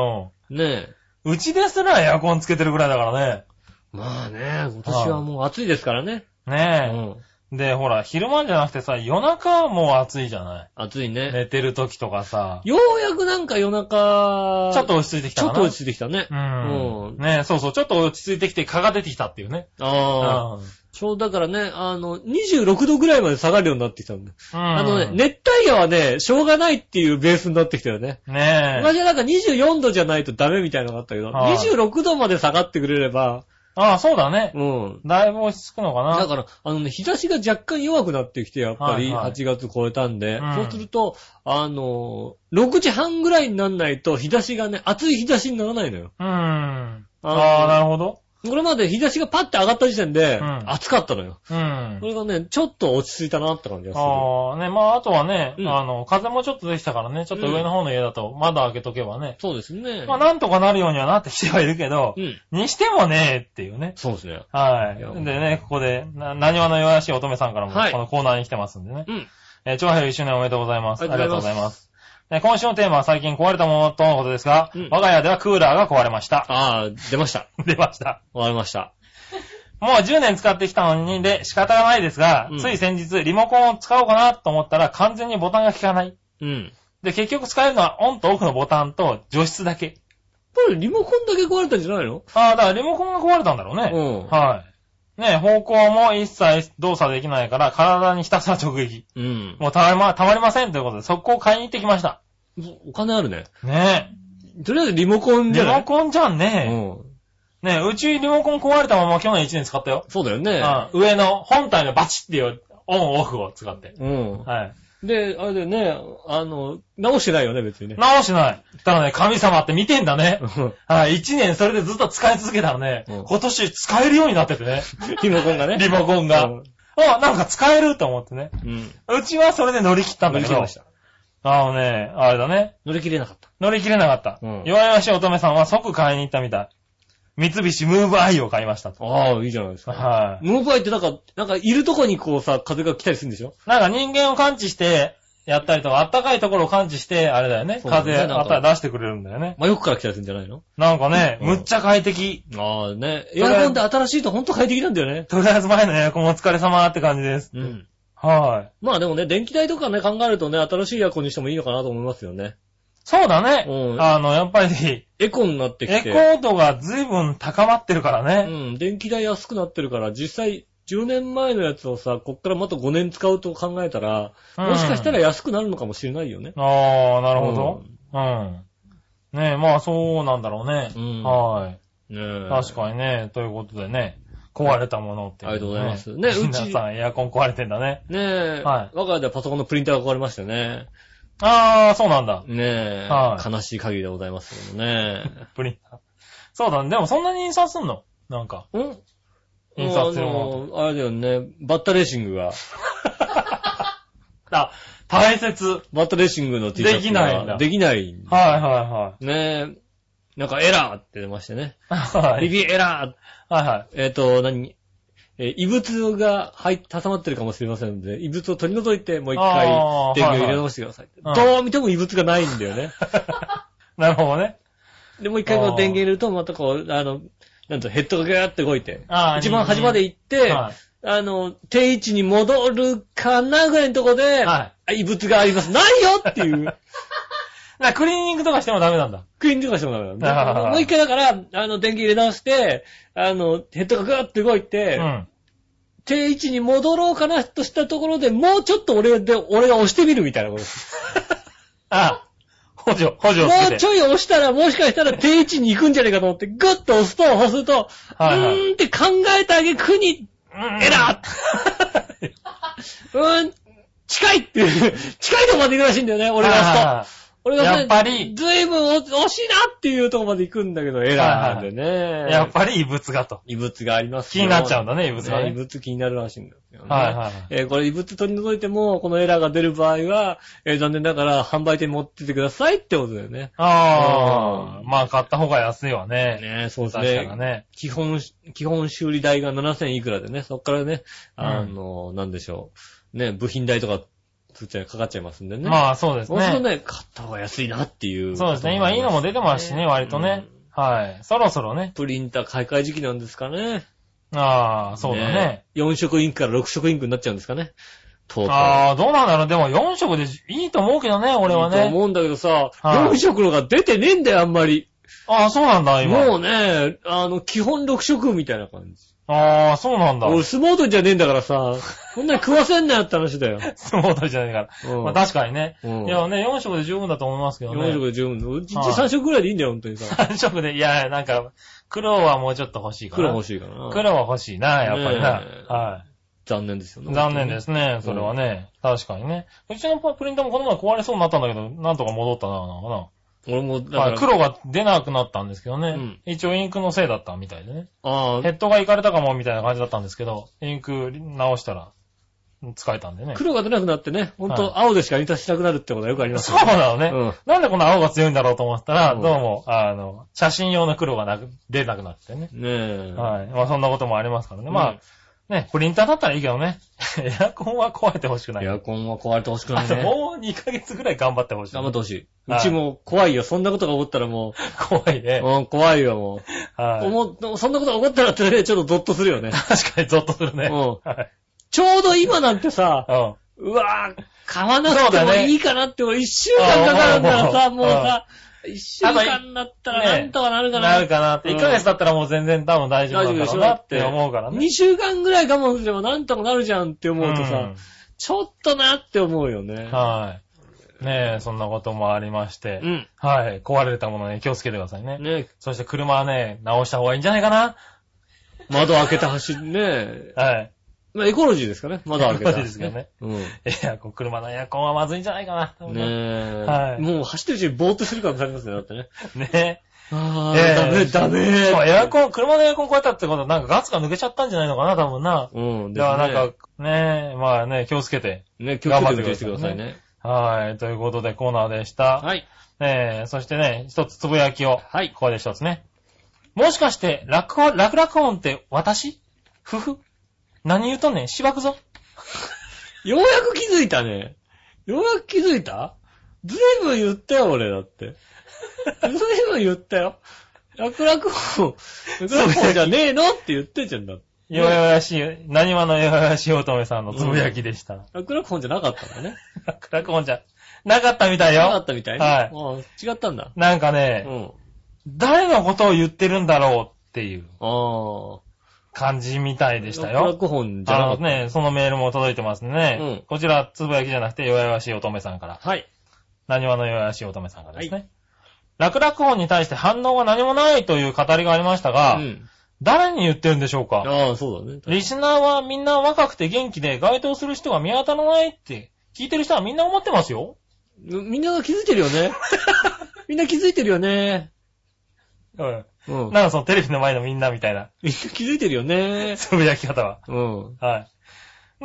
ん。ねえ。うちですらエアコンつけてるぐらいだからね。まあね、今年はもう暑いですからね。うねん。え。で、ほら、昼間じゃなくてさ、夜中はもう暑いじゃない。暑いね。寝てる時とかさ、ようやくなんか夜中、ちょっと、落ち着いてきちたょかっな。と落ち着いてきたね。うんう。んねえ、そうそう、ちょっと落ち着いてきて蚊が出てきたっていうね。ああ。うんちょうどだからね、あの、26度ぐらいまで下がるようになってきたんだ。あのね、うん熱帯夜はね、しょうがないっていうベースになってきたよね。ねえ。昔はなんか24度じゃないとダメみたいなのがあったけど、はい26度まで下がってくれれば、ああ、そうだね。うん。だいぶ落ち着くのかな。だから、あのね、日差しが若干弱くなってきて、やっぱりはいはい8月超えたんで、うんそうすると、あの、6時半ぐらいになんないと日差しがね、暑い日差しにならないのよ。うん。あのああー、なるほど。これまで日差しがパッて上がった時点で、うん暑かったのよ。うん。これがね、ちょっと落ち着いたなって感じがする。ああ、ね、まあ、あとはね、うんあの、風もちょっとできたからね、ちょっと上の方の家だと、窓開けとけばね、そうですね。まあ、なんとかなるようにはなってきてはいるけどう、ん。にしてもね、っていうね。そうですね。はいやい。でね、ここで、な、何話の弱らしい乙女さんからも、はいこのコーナーに来てますんでね。うん。えー、長編1周年おめでとうございます。あありがりがととうごうござざいいまます。えー今週のテーマは最近壊れたものとのことですが、うん我が家ではクーラーが壊れました。 ああ、出ました。出ました。終わりました。もう10年使ってきたのにで仕方がないですが、うんつい先日リモコンを使おうかなと思ったら完全にボタンが効かない。うん。で、結局使えるのはオンとオフのボタンと除湿だけ。これリモコンだけ壊れたんじゃないのああ、だからリモコンが壊れたんだろうね。うはい。ね、方向も一切動作できないから体にひたすら直撃。ん。うん。もうたまりま、たまりませんということで、速攻買いに行ってきました。お金あるね。ねとりあえずリモコンじリゃなモいコンじゃんね。うん。ねえ、うちリモコン壊れたまま去年1年使ったよ。そうだよね。うん上の本体のバチっていうオンオフを使って。うん。はい。で、あれだよね、あの、直してないよね、別にね。 直しない。ただね、神様って見てんだねう。んはい。1年それでずっと使い続けたらね、うん今年使えるようになっててね。 リモコンがね。リモコンうが。んあ、なんか使えると思ってね。うん。うちはそれで乗り切ったん乗だりけ切れどまし。た。あのね、あれだね。乗り切れなかった。乗り切れなかった。うん弱々しい乙女さんは即買いに行ったみたい。三菱ムーブアイを買いましたと。ああ、いいじゃないですか。はい。ムーバイってなんか、なんかいるとこにこうさ、風が来たりするんでしょなんか人間を感知して、やったりとか、あったかいところを感知して、あれだよね。そうだね風、なんかあったら出してくれるんだよね。真横から来たりするんじゃないのなんかね、うんむっちゃ快適。ああね。エれアコンって新しいとほんと快適なんだよね。とりあえず前のエアコンお疲れ様って感じです。うん。はい。まあでもね、電気代とかね、考えるとね、新しいエアコンにしてもいいのかなと思いますよね。そうだね。うんあの、やっぱり、エコになってエきコて。ードが随分高まってるからね。うん、電気代安くなってるから、実際、10年前のやつをさ、こっからまた5年使うと考えたら、うんもしかしたら安くなるのかもしれないよね。ああ、なるほど。うん。ねえ、まあそうなんだろうね。うんはい。ねえ。確かにね。ということでね、壊れたものっていう、ありがとうございますねねうち皆さんエアコン壊れてんだね。に。ねえ。はい我が家ではパソコンのプリンターが壊れましたね。ああ、そうなんだ。ねえ。はい悲しい限りでございますけどもね。 プリンター。そうだね。でもそんなに印刷すんのなんか。うん印刷するももうあのあれだよね。バッタレーシングが、あ、大切。バッタレーシングの T シャツができないんだできない。はいはねえ。なんかエラーって出ましてね。いはい。はリ い。ビエラーはいはえっ、と、何えー異物が入っ挟まってるかもしれませんので、異物を取り除いて、もう一回あー、電気をはい入はいれ直してください。うんどう見ても異物がないんだよ ね。 い。なるほどね。で、もう一回こあうー電源入れると、またこう、あの、なんとヘッドがガーって動いてあ、ー一番端まで行って、はあの、定位置に戻るかなぐらいのとこで、い。はあ異物があります。ないよって いう、い。な、クリーニングとかしてもダメなんだ。クイーンとかしてもダメなんあだ。ーもう一回だから、あの、電源入れ直して、あの、ヘッドがガーって動いて、うん。定位置に戻ろうかなとしたところで、もうちょっと俺で、俺が押してみるみたいなことです。あ、補助、補助をつけて。もうちょい押したら、もしかしたら定位置に行くんじゃないかと思って、グッと押すと、押すと、はいはいうーんって考えてあげくに、うんエ ラーうーん、近いっていう、近いとこまで行くらしいんだよね、俺が押すあ俺がやっぱりずいぶん惜しいなっていうところまで行くんだけど、エラーでね。やっぱり異物がと。異物があります気になっちゃうんだ、だね、異物が異ね。物気になるらしいんですよね。はいはい。えーこれ異物取り除いても、このエラーが出る場合は、えー残念ながら販売店に持ってってくださいってことだよね。ああ、うまあ買った方が安いわね。ねそうです確ねかに。ね。基本、基本修理代が7000いくらでね、そっからね、あの、なんでしょう。ね、部品代とか、そっちはかかっちゃいますんでね。あ、まあそうですもちろんね。ね、買った方が安いなっていう。そうですね。今いいのも出てますしね、割とね。はい。そろそろね。プリンター買い替え時期なんですかね。ああ、そうだね。。 4色インクから6色インクになっちゃうんですかね。とうとう。ああ、どうなんだろう。でも4色でいいと思うけどね、俺はいいとね。思うんだけどさ、はい4色のが出てねえんだよ、あんまり。ああ、そうなんだ、今。もうね、あの、基本6色みたいな感じ。ああ、そうなんだ。 俺、相撲取りじゃねえんだからさ、こんなに食わせんなよって話だよ。相撲取りじゃないから。うんまあ確かにね。うんいやね、4色で十分だと思いますけどね。 4色で十分。うちはい3色ぐらいでいいんだよ、本当にさ。 3色で、いや、なんか、黒はもうちょっと欲しいかな。黒欲ししいかな。黒は欲しいな、やっぱりなね。えは残念ですよい。ね。残念で。すね、それはね。確かにね。うちのプリンターもこの前壊れそうになったんだけど、なんとか戻ったな、なんかな。俺も、だまかあら、黒が出なくなったんですけどね。うん一応インクのせいだったみたいでね。あヘッドがいかれたかもみたいな感じだったんですけど、インク直したら、使えたんでねあ、。黒が出なくなってね、ほんと青でしか印刷しなくなるってことはよ くありますそようなのね。うんなんでこの青が強いんだろうと思ったら、うどんうも、あの、写真用の黒がなく出なくなってね。ねえ。はい。まあそんなこともありますからね。まうんあ、ね、プリンターだったらいいけどね。 エアコンは壊れてほしくない。エあアコンは壊れてほしくないとね。もう2ヶ月ぐらい頑張ってほしい。頑張ってほしい。うはいちも怖いよ。そんなことが起こったらも、怖いうね。うん、怖いよ、もう。はい。思っそんなことが起こったらってね、ちょっとゾッとするよね。確かにゾッとするね。うんはいちょうど今なんてさ、うん。うわぁ、買わなくてもいいかなって、もう一週間かかるんだからさ、うんもうさ、一週間になったらなんとかなるかな。なるかなって。うん1ヶ月だったらもう全然多分大丈夫だろうなって思うからね二。週間ぐらい我慢すればなんとかなるじゃんって思うとうさん、ちょっとなって思うよね。はい。ねえ、そんなこともありまして。うん。はい。壊れたものに気をつけてくださいね。ねそして車はね、直した方がいいんじゃないかな。窓開けた走りね。はい。まあエコロジーですかね。窓開けた。エコロジーですよね。うん。エアコン、車のエアコンはまずいんじゃないかな。多分ねえ、はいもう走ってるうちにぼーっとする感じありますね、だってね。ねあええー、ダメ、え。しかもダメ。エアコン、車のエアコンこうやったってことは、なんかガスが抜けちゃったんじゃないのかな、多分な。うん。だからなでんか、ねえ、まあね、気をつけて。すね、ね、気をつけて頑張って運転してくださいね。はい。ということで、コーナーでした。はい。えー、そしてね、一つつぶやきを。はいここで一つね。もしかして、落語、落落音って私ふふ何言うとんねんしばくぞ。ようやく気づいたね。ようやく気づいたずいぶん言ったよ、俺、だって。ずいぶん言ったよ。楽々を、楽々をじゃねえのって言ってんじゃんだって。よやよやしい、何話のよやよやしい乙女さんのつぶやきでした。楽々本じゃなかったんだね。落落音じゃ、なかったみたいなかよっ。たみたいはいね。い。違ったんだ。なんかうね、ん。誰のことを言ってるんだろうっていうあ感じみたいあ。でした楽よ。々本じゃあなかのった。ね、そのメールも届いてますね。うんこちら、つぶやきじゃなくて、よやよやしい乙女さんから。はい。何話のよやしい乙女さんからですね。楽々本に対して反応が何もないという語りがありましたが、うん。誰に言ってるんでしょうかああ、そうだね。リスナーはみんな若くて元気で該当する人が見当たらないって聞いてる人はみんな思ってますよ。みんなが気づいてるよ ね。みんな気づいてるよね。うん。うん。みんななんかそのテレビの前のみんなみたいな気づいてるよね。つぶやき方は。うん。はい。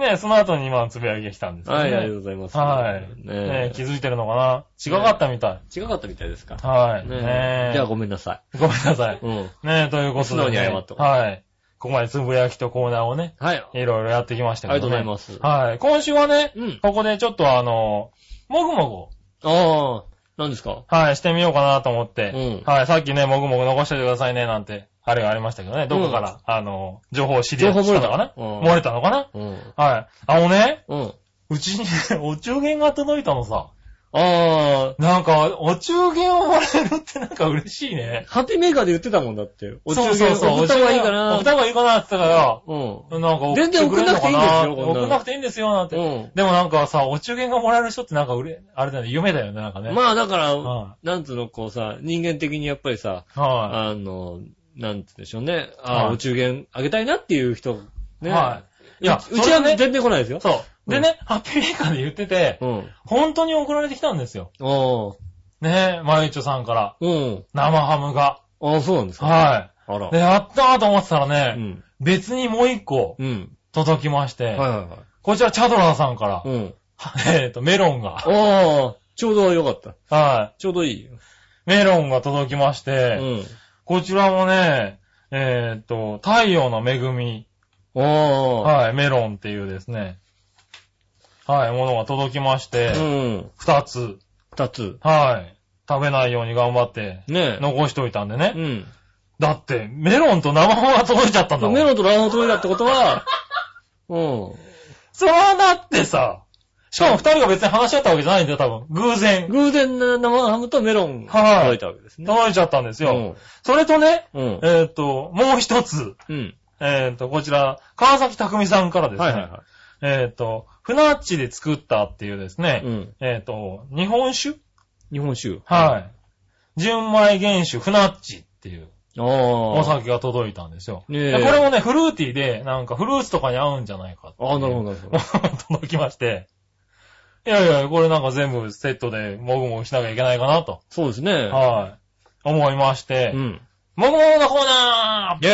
ねえその後に今のつぶやきが来たんですよね。はい、ありがとうございます。はいねねえ気づいてるのかな違かったみたい。違かったみたいですか。はい。ねねええじゃあごめんなさごめんなさいい。。うん。ねえ、ということで、ね。素直に謝っとこうはい。ここまでつぶやきとコーナーをね、はい。いろいろやってきましたけど、ね。ありがとうございます。はい。今週はね、うんここでちょっとあの、もぐもぐを、ああ、何ですかはい、してみようかなと思って、うんはい、さっきね、もぐもぐ残しておいてくださいね、なんて、あれがありましたけどね、どこから、あの、情報を知り合った情報漏のれたかなうん漏れたのかなうん。はい。あのね、うん。うちにお中元が届いたのさ。ああ、なんか、お中元をもらえるってなんか嬉しいね。ハッピーメーカーで言ってたもんだって。お中そう元そうそう送った方がいいかな。送った方がいいかなって言ったから、うん。なんか送全然送んなくていいんですよってくれこのんなかなの送んなくていいんですよ、なんて。うんでもなんかさ、お中元がもらえる人ってなんかうれ、あれだよね、夢だよね、なんかね。まあだから、うんなんつうの、こうさ、人間的にやっぱりさ、はあの、なんつうんでしょうね。あはあ、いお中元あげたいなっていう人、い。ね。はい。いや、うちはそれねでね、全然来ないですよ。そう。んでね、ハッピーメーカーで言ってて、うん。本当に送られてきたんですよ。おー。ねえ、まゆちょさんから、うん。生ハムが。あ、そうなんですか。はあらい。で、。やったーと思ってたらうね、ん。別にもう一個うん。届きまして、はいはいはい。こちらチャドラーさんから、うん。 えっと、メロンが、ああ、ちょうどよかった。はちょうどいい。い。メロンが届きましうて、ん。こちらもね、えっと、太陽の恵み、ああ。はい、メロンっていうですね、はい、ものが届きまして、うん。二つ、二つ。はい、食べないように頑張って、ねえ。残しといたんでうね。ん。だって、メロンと生ハムが届いちゃったんだもん。メロンと卵黄取れたってことは、 うん。そうだってさ、しかも二人が別に話し合ったわけじゃないんだよ、多分。偶然。偶然な生ハムとメロンはい届いたわけですね。届いちゃったんですよ。それとね、うん。うん。えっ、と、もう一つ、うん。えっ、と、こちら、川崎匠さんからですね、はいはいはえっ、と、船っちで作ったっていうですねい。、うん。えっ、と、日本酒日本酒。はい。純米原酒船っちっていうああ。お酒が届いたんですよ。ねえでこれもね、フルーティーで、なんかフルーツとかに合うんじゃないかっていうああ、なるほど、なるほ ど。届きまして。いやいや、これなんか全部セットでもぐもぐしなきゃいけないかなと。そうですね。はい。思いましうて。ん。もぐもぐのコーナイェ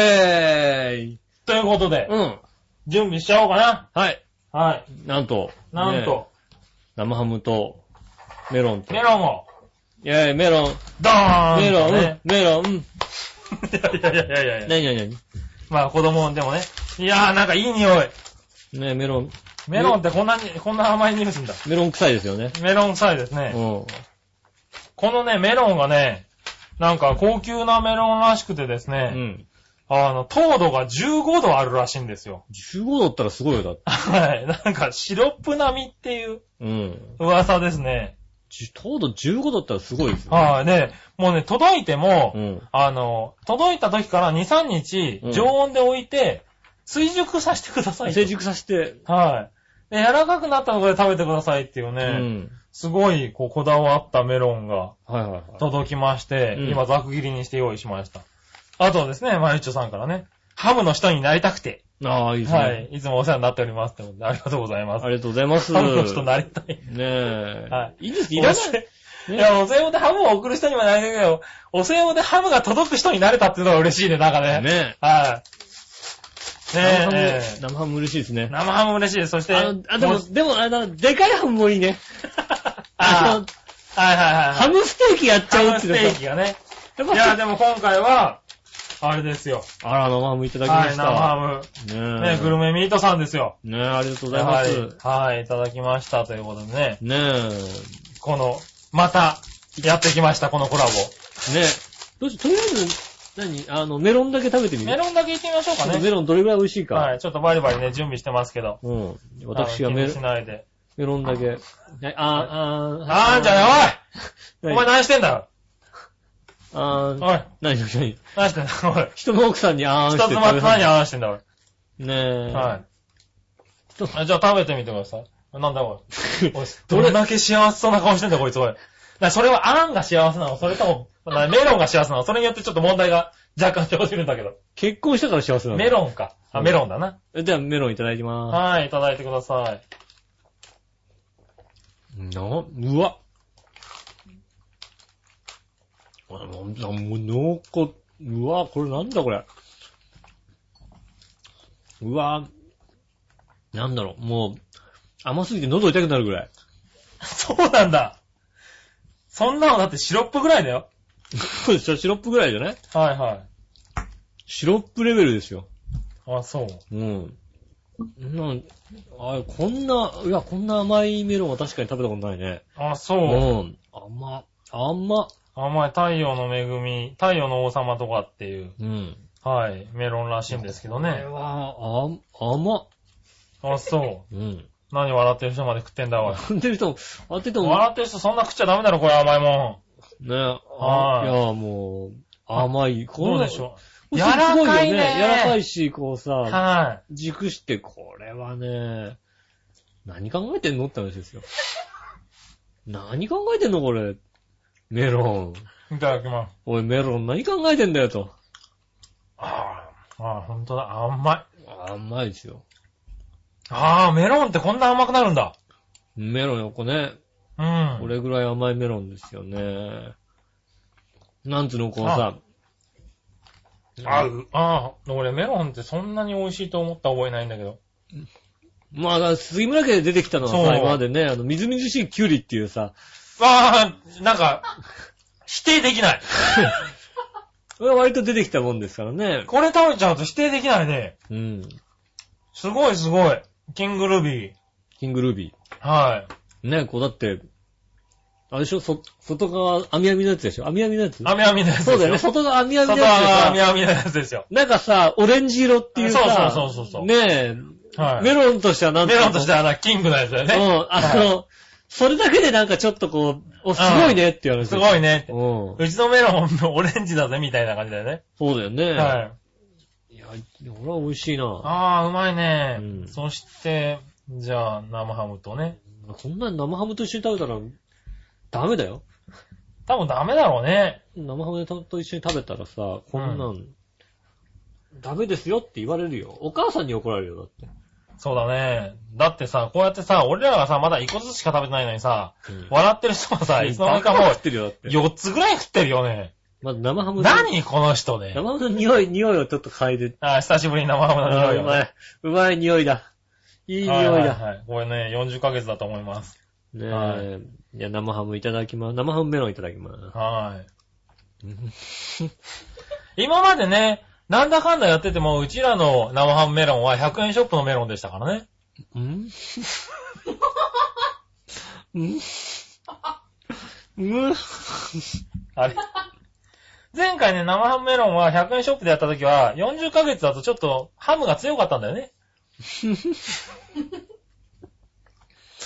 ーイーということで、うん。準備しちゃおうかな。はい。はい。なんと。なんねと、生ハムと、メロンと。メロンを、イェーイ、メロン。ドーンメロン、とねメロン、うん。いやいやいやいやいや。なになになにまあ子供でもね。いやーなんかいい匂い。ねメロン、メロンってこんなに、こんな甘い匂いするんだ。メロン臭いですよね。メロン臭いですうね。ん。このね、メロンがね、なんか高級なメロンらしくてですうね、ん。あの、糖度が15度あるらしいんですよ。 15だったらすごいよ、だって。はい。なんか、シロップ並みっていううん。噂ですね。ち糖度15だったらすごいですよ。はい。で、もうね、届いても、うん。あの、届いた時から2、3日うん、常温で置いて、追熟させてくださいと。成熟させて、はい。で、柔らかくなったところで食べてくださいっていううね、ん。すごい、こう、こだわったメロンがはいはいはい。届きまして、うん今、ざく切りにして用意しました。あとはですね、まゆっちょさんからね、ハムの人になりたくて、ああ、いいですね。はい。いつもお世話になっておりますってことで、ありがとうございますあ。りがとうございます。ハムの人になりたい。ねえ。。はいいいです、いらない。ねいや、お歳暮でハムを送る人にはなれないけど、お歳暮でハムが届く人になれたっていうのが嬉しいね、なんかね。ねはい。え。生ねハムえ、ええ生ハム嬉しいですね。生ハム嬉しいです。そして、あの、あでも、うでも、あの、でかいハムもいいね。 あ あの、あ、はいはいはい。ハムステーキやっちハゃうムってスいうのテはーキがね。やっいぱや、でも今回は、あれですよ。あら、生ハムいただきまはい、し生た。ハム。ねえ。ね、グルメミートさんですよ。ねえ、ありがとうございます。はい、はい、いただきましたということでね、ねえ。この、また、やってきました、このコラボ。ねえ。どうしとりあえず、何あの、メロンだけ食べてみるメロンだけいってみましょうかちょっとね。メロンどれぐらい美味しいか。はい、ちょっとバリバリね、準備してますけど。うん。私があの気メにロしないで。メロンだけ。はいあー、あー、あーんじゃねえ、おいお前何何してんだあー、おい何何何何してんだ おい人の奥さんにあーん二してつまっ食べてさ何話してんだおいせねえ。はいちょっ。とあじゃあ食べてみてください。なんだこれ。おいどれだけ幸せそうな顔してんだこいつおい。なそれはあんが幸せなのそれとも、なメロンが幸せなのそれによってちょっと問題が 若干生じるんだけど。結婚したから幸せなの。メロンか。あ、うんメロンだな。ン。じゃあメロンいただきまはい、いただいてください。す。な、うわ。あなんだ、もう濃厚。うわ、これなんだこれ。うわ、なんだろう、もう、甘すぎて喉痛くなるぐらい。 そうなんだ。そんなのだってシロップぐらいだよ。そうでしょシロップぐらいじゃないはいはい。シロップレベルですよ。あ、そう。うん。なん、あ、こんな、いや、こんな甘いメロンは確かに食べたことないね。あ、うそう。ん。甘、甘。あ、お前、太陽の恵み、太陽の王様とかっていう、うん。はい、メロンらしいんですけどこれね。は、あ、甘。あ、そうん。う。何笑ってる人まで食ってんだ、おい。当てる人も、当てても、ね笑ってる人そんな食っちゃダメだろ、これ甘いもあ、はいいや、もう、甘い。ん。こどんうなでしょこう。柔れすらごよかいね。柔らかい。いし、こうさ、は熟して、これはね、何考えてんのって話です よ。何考えてんのこれ。メロン。い。いただきます。おい、メロン何考えてんだよと。あーあー、ほんとだ、甘い。甘いですよ。ああ、メロンってこんな甘くなるんだ。メロンよ、こうね、ううん。これぐらい甘いメロンですよね。なんつうの、こうさ。あ、う、ああ、俺メロンってそんなに美味しいと思った覚えないんだけど。まあ、杉村家で出てきたのはそうさ、今までね、あの、みずみずしいキュウリっていう さ、ああ、なんか、否定できない。これは割と出てきたもんですからね。これ食べちゃうと否定できないね。うん。すごいすごい。キングルビー。キングルービはー。ね、こうだって、あれでしょ、そ、外側、網網のやつでしょ網網のやつい。アミアミのやつですそよ。うだよね、外側網網のサやつタでーアミさ、アミのやつですよ。なんかさ、オレンジ色っていうさ、そうそうそうそうそうねはえ、い。メロンとしてはなんメロンとしてははな、キングのやつだよね。うね。ん、あの、それだけでなんかちょっとこう、お、すごいねって言われて。すごいね。うん。うちのメロンもオレンジだぜ、みたいな感じだよね。そうだよね。はい。い。や、俺は美味しいな。ああ、うまいね。うんそして、じゃあ、生ハムとね。こんなに生ハムと一緒に食べたら、ダメだよ。多分ダメだろうね。生ハムと一緒に食べたらさ、こんなん、ダメですよって言われるよ。お母さんに怒られるよ、だって。そうだね。だってさ、こうやってさ、俺らがさ、まだ1個ずつしか食べてないのにさ、笑ってる人がさ、いつの間にかもバカ う食ってるよ、だって。 4つぐらい食ってるよね。まず生ハムの何この人ね。生ハムの匂い、匂いをちょっと嗅いで。あー久しぶりに生ハムのあ匂あいうをまね。い。うまい匂いだ。いい匂いははだ。はい。これね、40ヶ月だと思います。ねえ、、はいや、生ハムいただきます。生ハムメロンいただきまはい。す。今までね、なんだかんだやってても、うちらの生ハムメロンは100円ショップのメロンでしたからね。うんうんうんあれ。前回ね、生ハムメロンは100円ショップでやった時は、40ヶ月だとちょっとハムが強かったんだよね。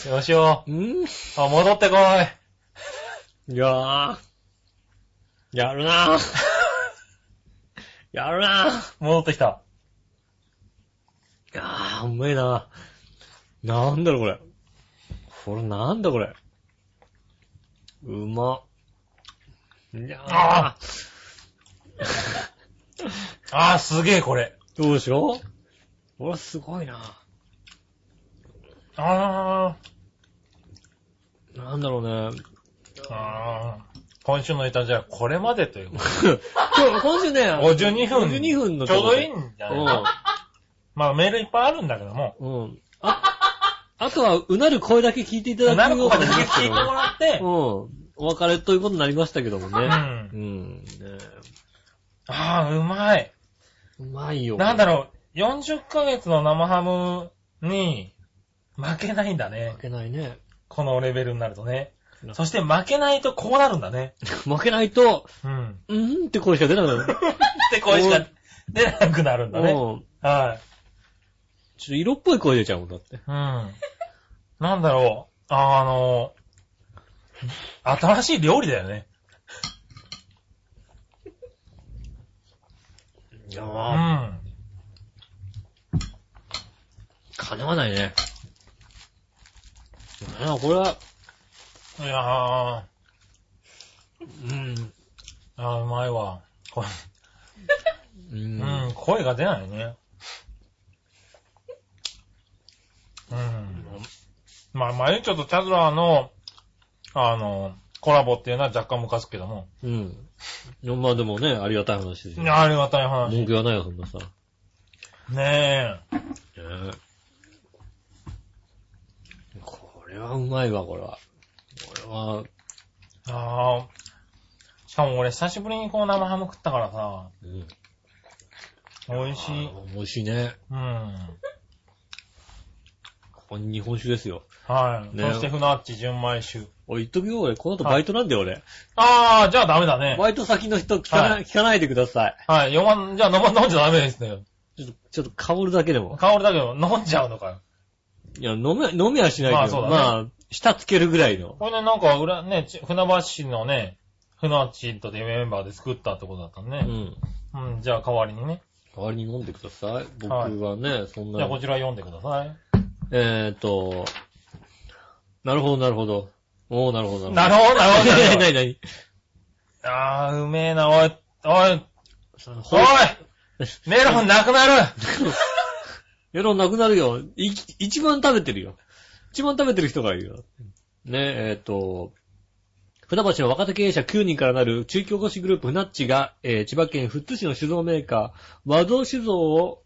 よしようんあ、戻ってこい。いやー。やるなー。 やるなー。戻ってきた。いやー、うめえななんだろ、これ。これなんだ、これ。うま。いやあー。あー、すげえこれ。どうでしょうこれすごいなあなんだろう ね。ー。あー。今週のネタじゃあこれまでということで。今日、今週ね、 52分。 52分のちょうどいいんじゃないまあメールいっぱいあるんだけども。うん。うん。あ、あとは、うなる声だけ聞いていただくなるようほど。聞いてもならってうん。。お別れということになりましたけどもね。うんうん。ねえあー、うまい。うまいよ。なんだろろう、40ヶ月の生ハムに負けないんだね負。けないね。このレベルになるとねな。そして負けないとこうなるんだね。負けないと、 うん。うーんって声しか出なくなって声しか出なくなるんだる。ね。うん。はい。ちょっと色っぽい声出ちゃうもんだって。うん。なんだろう、あの、新しい料理だよね。いやうー、ん。かなわないね。あこれは、いやー、あうん。ーうまいわ。これう。うんん、声が出ないね。うん。まあ、まゆちょとチャズラーの、あの、コラボっていうのは若干ムカつくけども。うん。まあでもね、ありがたい話ですよ。ありがたい話。文句言わないよ、そんなさ。ねねえ。えこれはうまいわ、これは。これは、ああ。しかも俺久しぶりにこう生ハム食ったからさ、うん。美味しい。あー美味しいね。うん。これ日本酒ですよ。はい。ねえそして船っち純米酒。おい、言っとくよ、俺。この後バイトなんだよ、俺。ああ、じゃあダメだね。バイト先の人聞かな、はい聞かないでください。はい。読まん、じゃあ飲ま飲ん じゃダメですね。ちょっと、ちょっと香るだけでも。香りだけど飲んじゃうのかよ。いや、飲め、飲めはしないけど、ままああそうだね舌つけるぐらいの。これね、なんか、裏、ね、ち船橋市のね、船橋とでメンバーで作ったってことだったうね。ん。うん、じゃあ代わりにね。代わりに飲んでください。僕ははいね、そんじゃあこな。ちら読んでください。えーっと、なるほど、なるほど。おー、なるほど、なるるほど、なるほほどなるな ほいどな。いない。あー、うめえな、おい、おい、ほおいメロンなく なるメロンなくなるよ。い一番食べてるよ。一番食べてる人がいるよ。ね、えっ、と、船橋の若手経営者9人からなる地域おこしグループ船っちが、えー千葉県富津市の酒造メーカー、和蔵酒造を、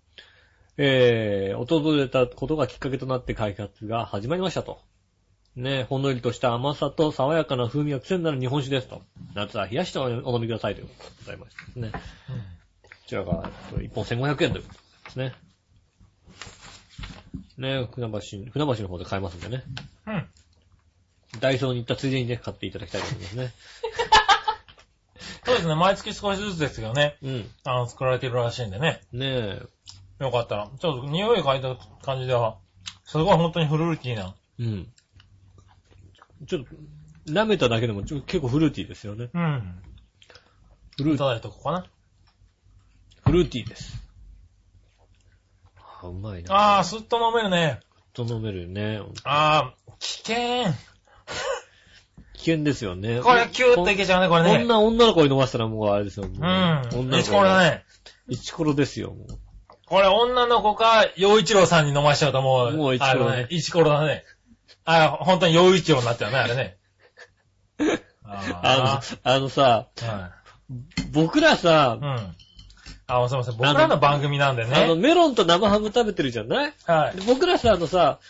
えー、訪れたことがきっかけとなって開発が始まりましたと。ね、ほんのりとした甘さと爽やかな風味が癖になる日本酒ですと。夏は冷やしてお飲みくださいということでございましたですね。こちらが、えっと1本1500円ということですね。ね、船橋、船橋の方で買えますんでね。うん。ダイソーに行ったついでにね、買っていただきたいと思いますね。そうですね、毎月少しずつですけどね、うん。あの、作られてるらしいんでね。ねえ。よかったら。ちょっと匂い嗅いだ感じでは、すごい本当にフルーティーな。うん。ちょっと、舐めただけでもちょ結構フルーティーですよね。うん。フルーいテたィー。だいとこうかな。フルーティーです。あ、うまいな。ああ。ー、すっと飲めるね。と飲めるよね。あー、危険。危険ですよね。これキューっていけちゃうね、これね。女、女の子に飲ませたらもうあれですよ。もううん。女の子。イチコロだ。ね。イチコロですよ、もう。これ女の子か、洋一郎さんに飲ましちゃうともう、もうイチコロねあれイチコロだね。あー、本当に洋一郎になっちゃうね、あれね。ああの、 あのさ、ー、はい僕らさう、ん。あー、すいません。僕らの番組なんであの、ね。メロンと生ハム食べてるじゃないはいで。僕らさ、あのさ、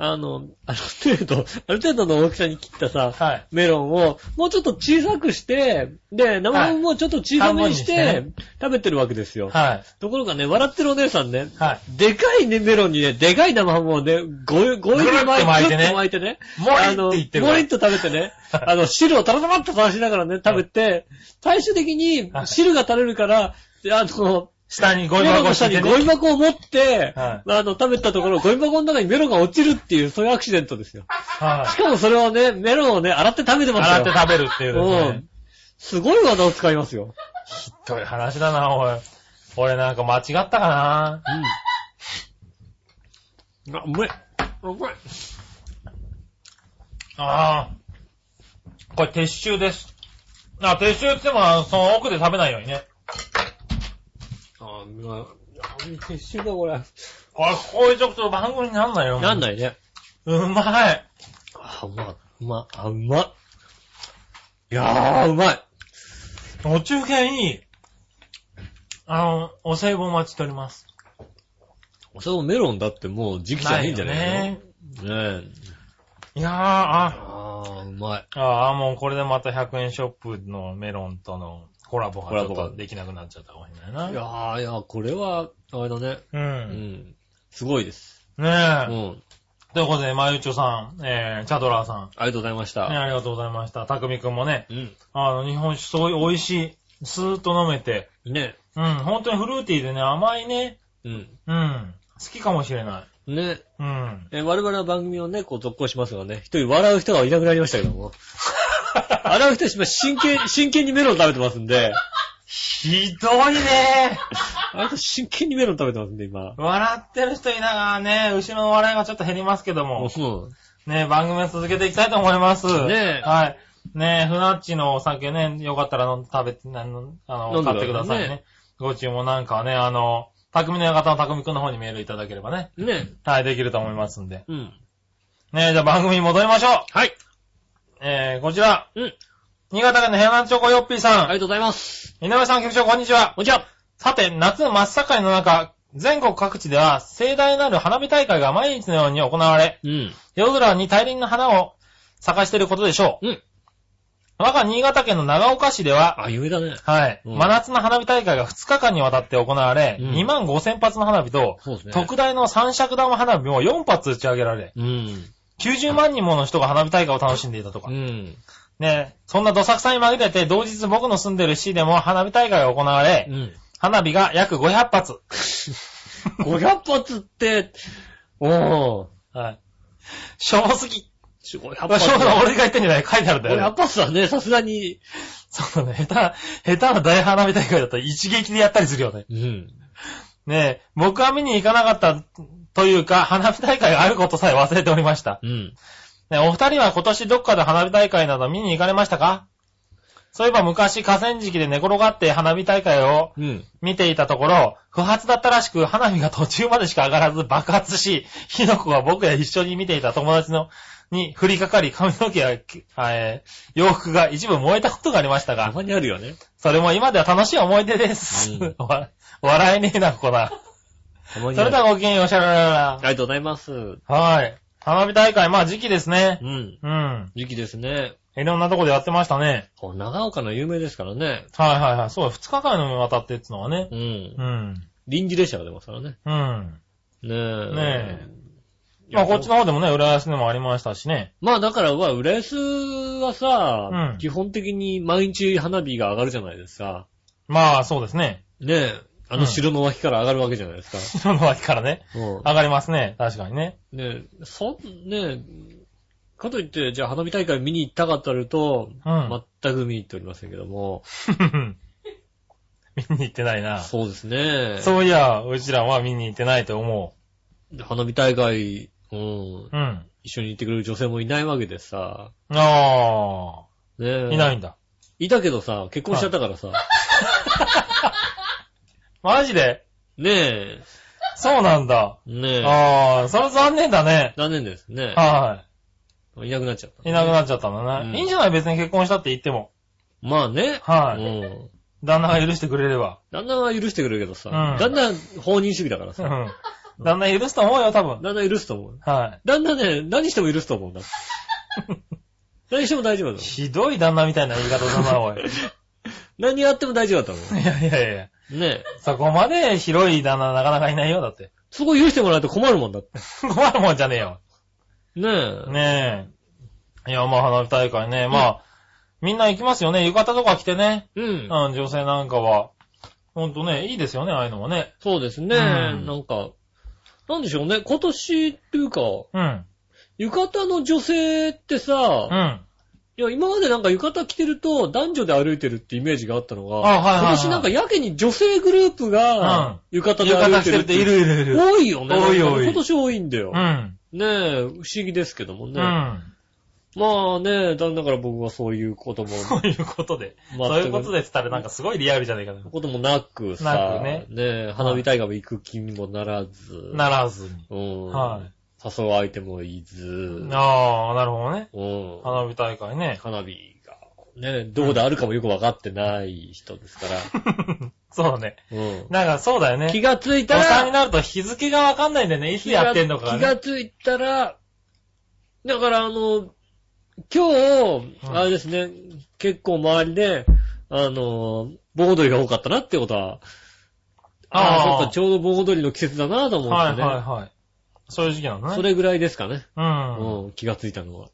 あの、ある程度、ある程度の大きさに切ったさ、はい。メロンをもうちょっと小さくして、で、生ハムもちょっと小さめにして、はい半分に食べてるわけですよ。はい。ところがね、笑ってるお姉さんね、はい。でかいね、メロンにね、でかい生ハムをね、5、5ぐるっと巻いてね巻いてね。もあうの、いもいって言ってるかりっら。と食べてね、あの、汁をタラタラっと探しながらね、食べて、最終的にはい汁が垂れるから、であの、下にゴメミロン箱の敷下いにてゴミね。箱を持って、はあの、食べたところ、ゴミ箱の中にメロンが落ちるっていう、そういうアクシデントですよ。しはい。かもそれをね、メロンをね、洗って食べてますよ。洗って食べるっていうですうねん。。すごい技を使いますよ。ひどい話だな、おい。俺なんか間違ったかな。うん。あ、うまい。うまい。ああ。これ撤収です。あ、撤収って言っても、あのその奥で食べないようにね。あ、うまい。撤収だ、これ。これ、こういうちょっと番組になんないよ。なんい。ないね。うまい。あ、うまい。うまい。あ、うまい。いやー、うまい。お中継いい。あの、お歳暮お待ちしております。そのメロンだってもう時期じゃないんじゃないのよねえ。いやー、あ、あー、うまい。ああ、もうこれでまた100円ショップのメロンとのコラボがちょコっラボとができなくなっちゃったかもしれいないやな。ー、いや、これは、あれだね。う。うんん。すごいです。うねえ。ん。ということで、まゆちょさん、えー、チャドラーさん、ありがとうございましね、た。ありがとうございました。たくみくんもね、うん。あの、日本酒すごい美味しい。スーッと飲めて、ねうん、本当にフルーティーでね、甘いね、うん。うん、好きかもしれない。ねうん。えー我々の番組をね、こう続行しますがね、一人笑う人がいなくなりましたけど も。笑う人は真剣、真剣にメロン食べてますんで、ひどいねあの人真剣にメロン食べてますんで、今。笑ってる人いながらね、後ろの笑いがちょっと減りますけども。うん。ね、番組を続けていきたいと思います。ねえはい。ねえ、ふなっちのお酒ね、よかったら飲ん食べて、なのあ飲の、んで買くださいねってくださいね。ご注文なんかはね、あの、匠の館の匠くんの方にメールいただければね。ねはい、できると思いますんで。うん。ねえ、じゃあ番組に戻りましょうはい。えー、こちら。うん。新潟県の平南チョコヨッピーあさん。りがとうございます。井上さん、局長、こんにちは。こんにちは。さて、夏真っ盛りの中、全国各地では盛大なる花火大会が毎日のように行われ、うん。夜空に大輪の花を咲かしていることでしょう。うん。我が新潟県の長岡市では、あ、夢だね。はい、うん真夏の花火大会が2日間にわたって行われ、うん2万5千発の花火と、そうですね。特大の三尺玉花火も4発打ち上げられ、うん。 90万人もの人が花火大会を楽しんでいたとかう。ん。ねそんなどさくさに紛れて、同日僕の住んでる市でも花火大会が行われう、ん。花火が約500発。 500発って、おー。 はい。しょぼすぎ。 500しょぼ発。な、俺が言ってんじゃない書いてあるんだ500よね。発はね、さすがに。そうだね。下手、下手な大花火大会だったら一撃でやったりするよね。うん。ねえ、僕は見に行かなかったというか、花火大会があることさえ忘れておりました。うん。ねえ、お二人は今年どっかで花火大会など見に行かれましたかそういえば昔河川敷で寝転がって花火大会をうん。見ていたところ、不発だったらしく花火が途中までしか上がらず爆発し、火の粉が僕や一緒に見ていた友達のに降りかかり、髪の毛や、きえー洋服が一部燃えたことがありましたたが、まにあるよね。それも今では楽しい思い出です。うんわ 笑えねえな、ここな。たまにそある。れであはごきげんよう、しゃらららりがとうございます。うら。はい。花火大会、まあ時期ですね。ん。うん。時期ですね。いろんなとこでやってましたね。こう長岡の有名ですからね。はいはいはい。そう、二日間にわたってってのはね。うん。うん。臨時列車が出ますからね。うん。ねえ。ねいやまあこっちの方でもね、浦安でもありましたしね。まあだから、まあ、浦安はさ、うん基本的に毎日花火が上がるじゃないですか。まあそうですね。 ねえ、あうのん城の脇から上がるわけじゃないですか。白の脇からね、うん上がりますね。確かにね。ねえ、そ、ねえ、かといって、じゃあ花火大会見に行ったかったると、うん。全く見に行っておりませんけども、 見に行ってないな。そうですね。そういや、うちらは見に行ってないと思花火大会、うん、う。うん。一緒に行ってくれる女性もいないわけでさ、あねあ、え。いないんだ。いたけどさ、結婚しちゃったからさ、マジでねえ、そうなんだ。ねえ、ああ、それ残念だね。残念ですね。はいなくなっちゃった。い。いなくなっちゃったんだうんね。いいんじゃない別に結婚したって言っても。まあね。はうい。ん。旦那が許してくれれば。旦那は許してくれるけどさ、うん旦那放任主義だからうさ、ん。旦那許すと思うよ、多分。旦那許すと思う。は旦那ね、何しても許すと思うんだ。 何しても大丈夫だと思い。ひどい旦那みたいな言い方だ な、おい。う。何やっても大丈夫だと思いやいやいや。う。ねえ。そこまで広い旦那なかなかいないよ、だって。 そこ許してもらうと困るもんだって。困るもんじゃねえよ。ねえ。ねえ。いや、まあ花火大会ね。まあ、みんな行きますよね。浴衣とか着てね。うんうん、。女性なんかは。ほんとね、いいですよね、ああいうのはね。そうですね。うんなんか、なんでしょうね。今年っていうか、うん。浴衣の女性ってうさ、ん。いや、今までなんか浴衣着てると男女で歩いてるってイメージがあったのが、あはいはいはい今年なんかやけに女性グループうがん浴衣浴で歩衣い着てるてるっってているいるいる。多いよね。多い多い今年多いんだよ。うん。ねえ、不思議ですけどもね。うん。 まあね、だだから僕はそういうことも、そういうことで。全くそういうことでって言ったらなんかすごいリアルじゃないかな。こともなくさ、なくねえ花火大会も行く気にもならず、ならずに。うん、はい。誘う相手もいず、ああ、なるほどね。うん、花火大 会ね。花火が、ね、どこであるかもよくわかってない人ですから、そう だね。うん、なんかそうだよね。気がついたお産にら、なると日付がわかんないんだよね。いつ気がやってんのかがね。気がついたら、だからあの、今日、うんあれですね、結構周りで、あの、盆踊りが多かったなってことは、ああ、あーそっか、ちょうど盆踊りの季節だなと思はっいてはいね。はい。そういう時期なのね。それぐらいですかね。うう。んん、気がついたのは。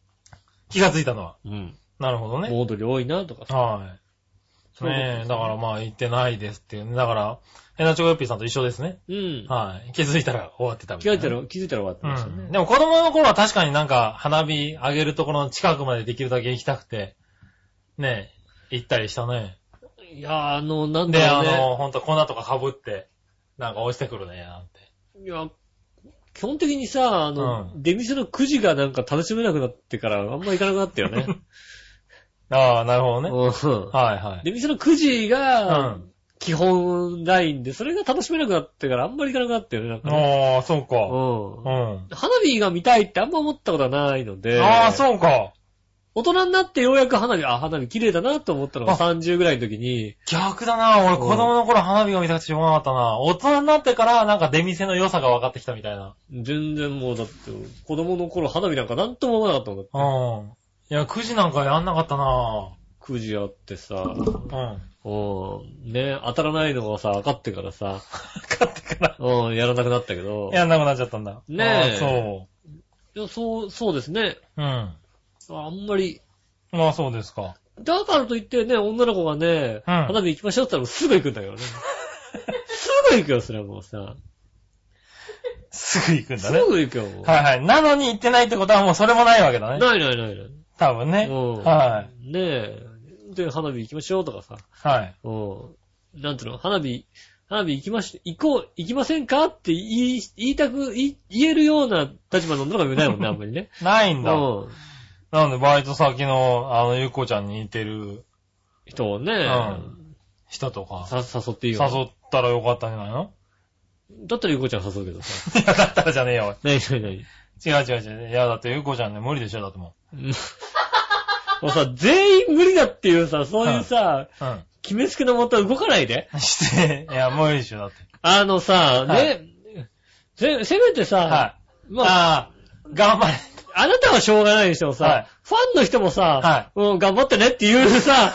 気がついたのは。うん。なるほどね。盆踊り多いなとかさ。はい。そういうことですねえ、だからまあ行ってないですっていうね。だから、ヘナチョコヨッピーさんと一緒ですね。うん。はい。気づいたら終わってたみ気たいがな。ついたら、気づいたら終わってましたうん。ね。でも子供の頃は確かになんか花火上げるところの近くまでできるだけ行きたくて、ねえ、行ったりしたね。いやー、あの、なんで、だあろうね。の、ほんと粉とか被って、なんか落ちてくるね、なんて。いや、基本的にさ、あの、出店のくじがなんか楽しめなくなってから、あんま行かなくなったよね。ああ、なるほどね。うん。はいはい。出店のくじうが、ん。基本ラインで、それが楽しめなくなってから、あんまり行かなくなったよね、なんかね。ああ、そうか。う。うんん。花火が見たいってあんま思ったことはないので。ああ、そうか。大人になってようやく花火、あ、花火綺麗だなと思ったのがあ30ぐらいの時に、逆だな。俺、子供の頃花火が見たくてしょうがなかったな。大人になってから、なんか出店の良さが分かってきたみたいな。全然もうだって、子供の頃花火なんかなんとも思わなかったもんだって。うん。いや、くじなんかやんなかったな。くじあってさ、うん。うん、ね、当たらないのがさ、分かってから さ、買ってから。うん、やらなくなったけど、やんなくなっちゃったんだ。ねえああそいやそう、そうですね。う。うん。あんまり、まあ、そうですか。だからといってね、女の子がね、うん花火行きましょうって言ったらすぐ行くんだけどね。すぐ行くよ、それはもうさ。すぐ行くんすだね。ぐ行くよ、もう。はいはい。なのに行ってないってことはもうそれもないわけだね。ないないないない。多分ね。うんはねえ、で、花火行きましょうとかさ。い。はい。うん。なんていうの、花火、花火行きまし、行こう、行きませんかって言い、言いたく、言い言えるような立場の女が見ないもんね、あんまり ね。ないうんだ。ん。なので、バイト先の、あの、ゆっこちゃんに似てる人をね、ん人とか、さ誘っていい誘よ。ったらよかったんじゃないのだったらゆうこちゃん誘うけどさ。 いや、だったらじゃねえよ。ないないない。違う違う違う。いや、だって、ゆうこちゃんね、無理でしょ、だってもうんもうさ、全員無理だっていうさ、そういうさ、う。うん。決めつけのもと動かないで。して、いや、無理でしょ、だって。あのさ、はいね、せ、せめてさ、はまあ、ああ、頑張れ。あなたはしょうがないにしてもさ、はいファンの人もさ、はうん、頑張ってねっていう さ、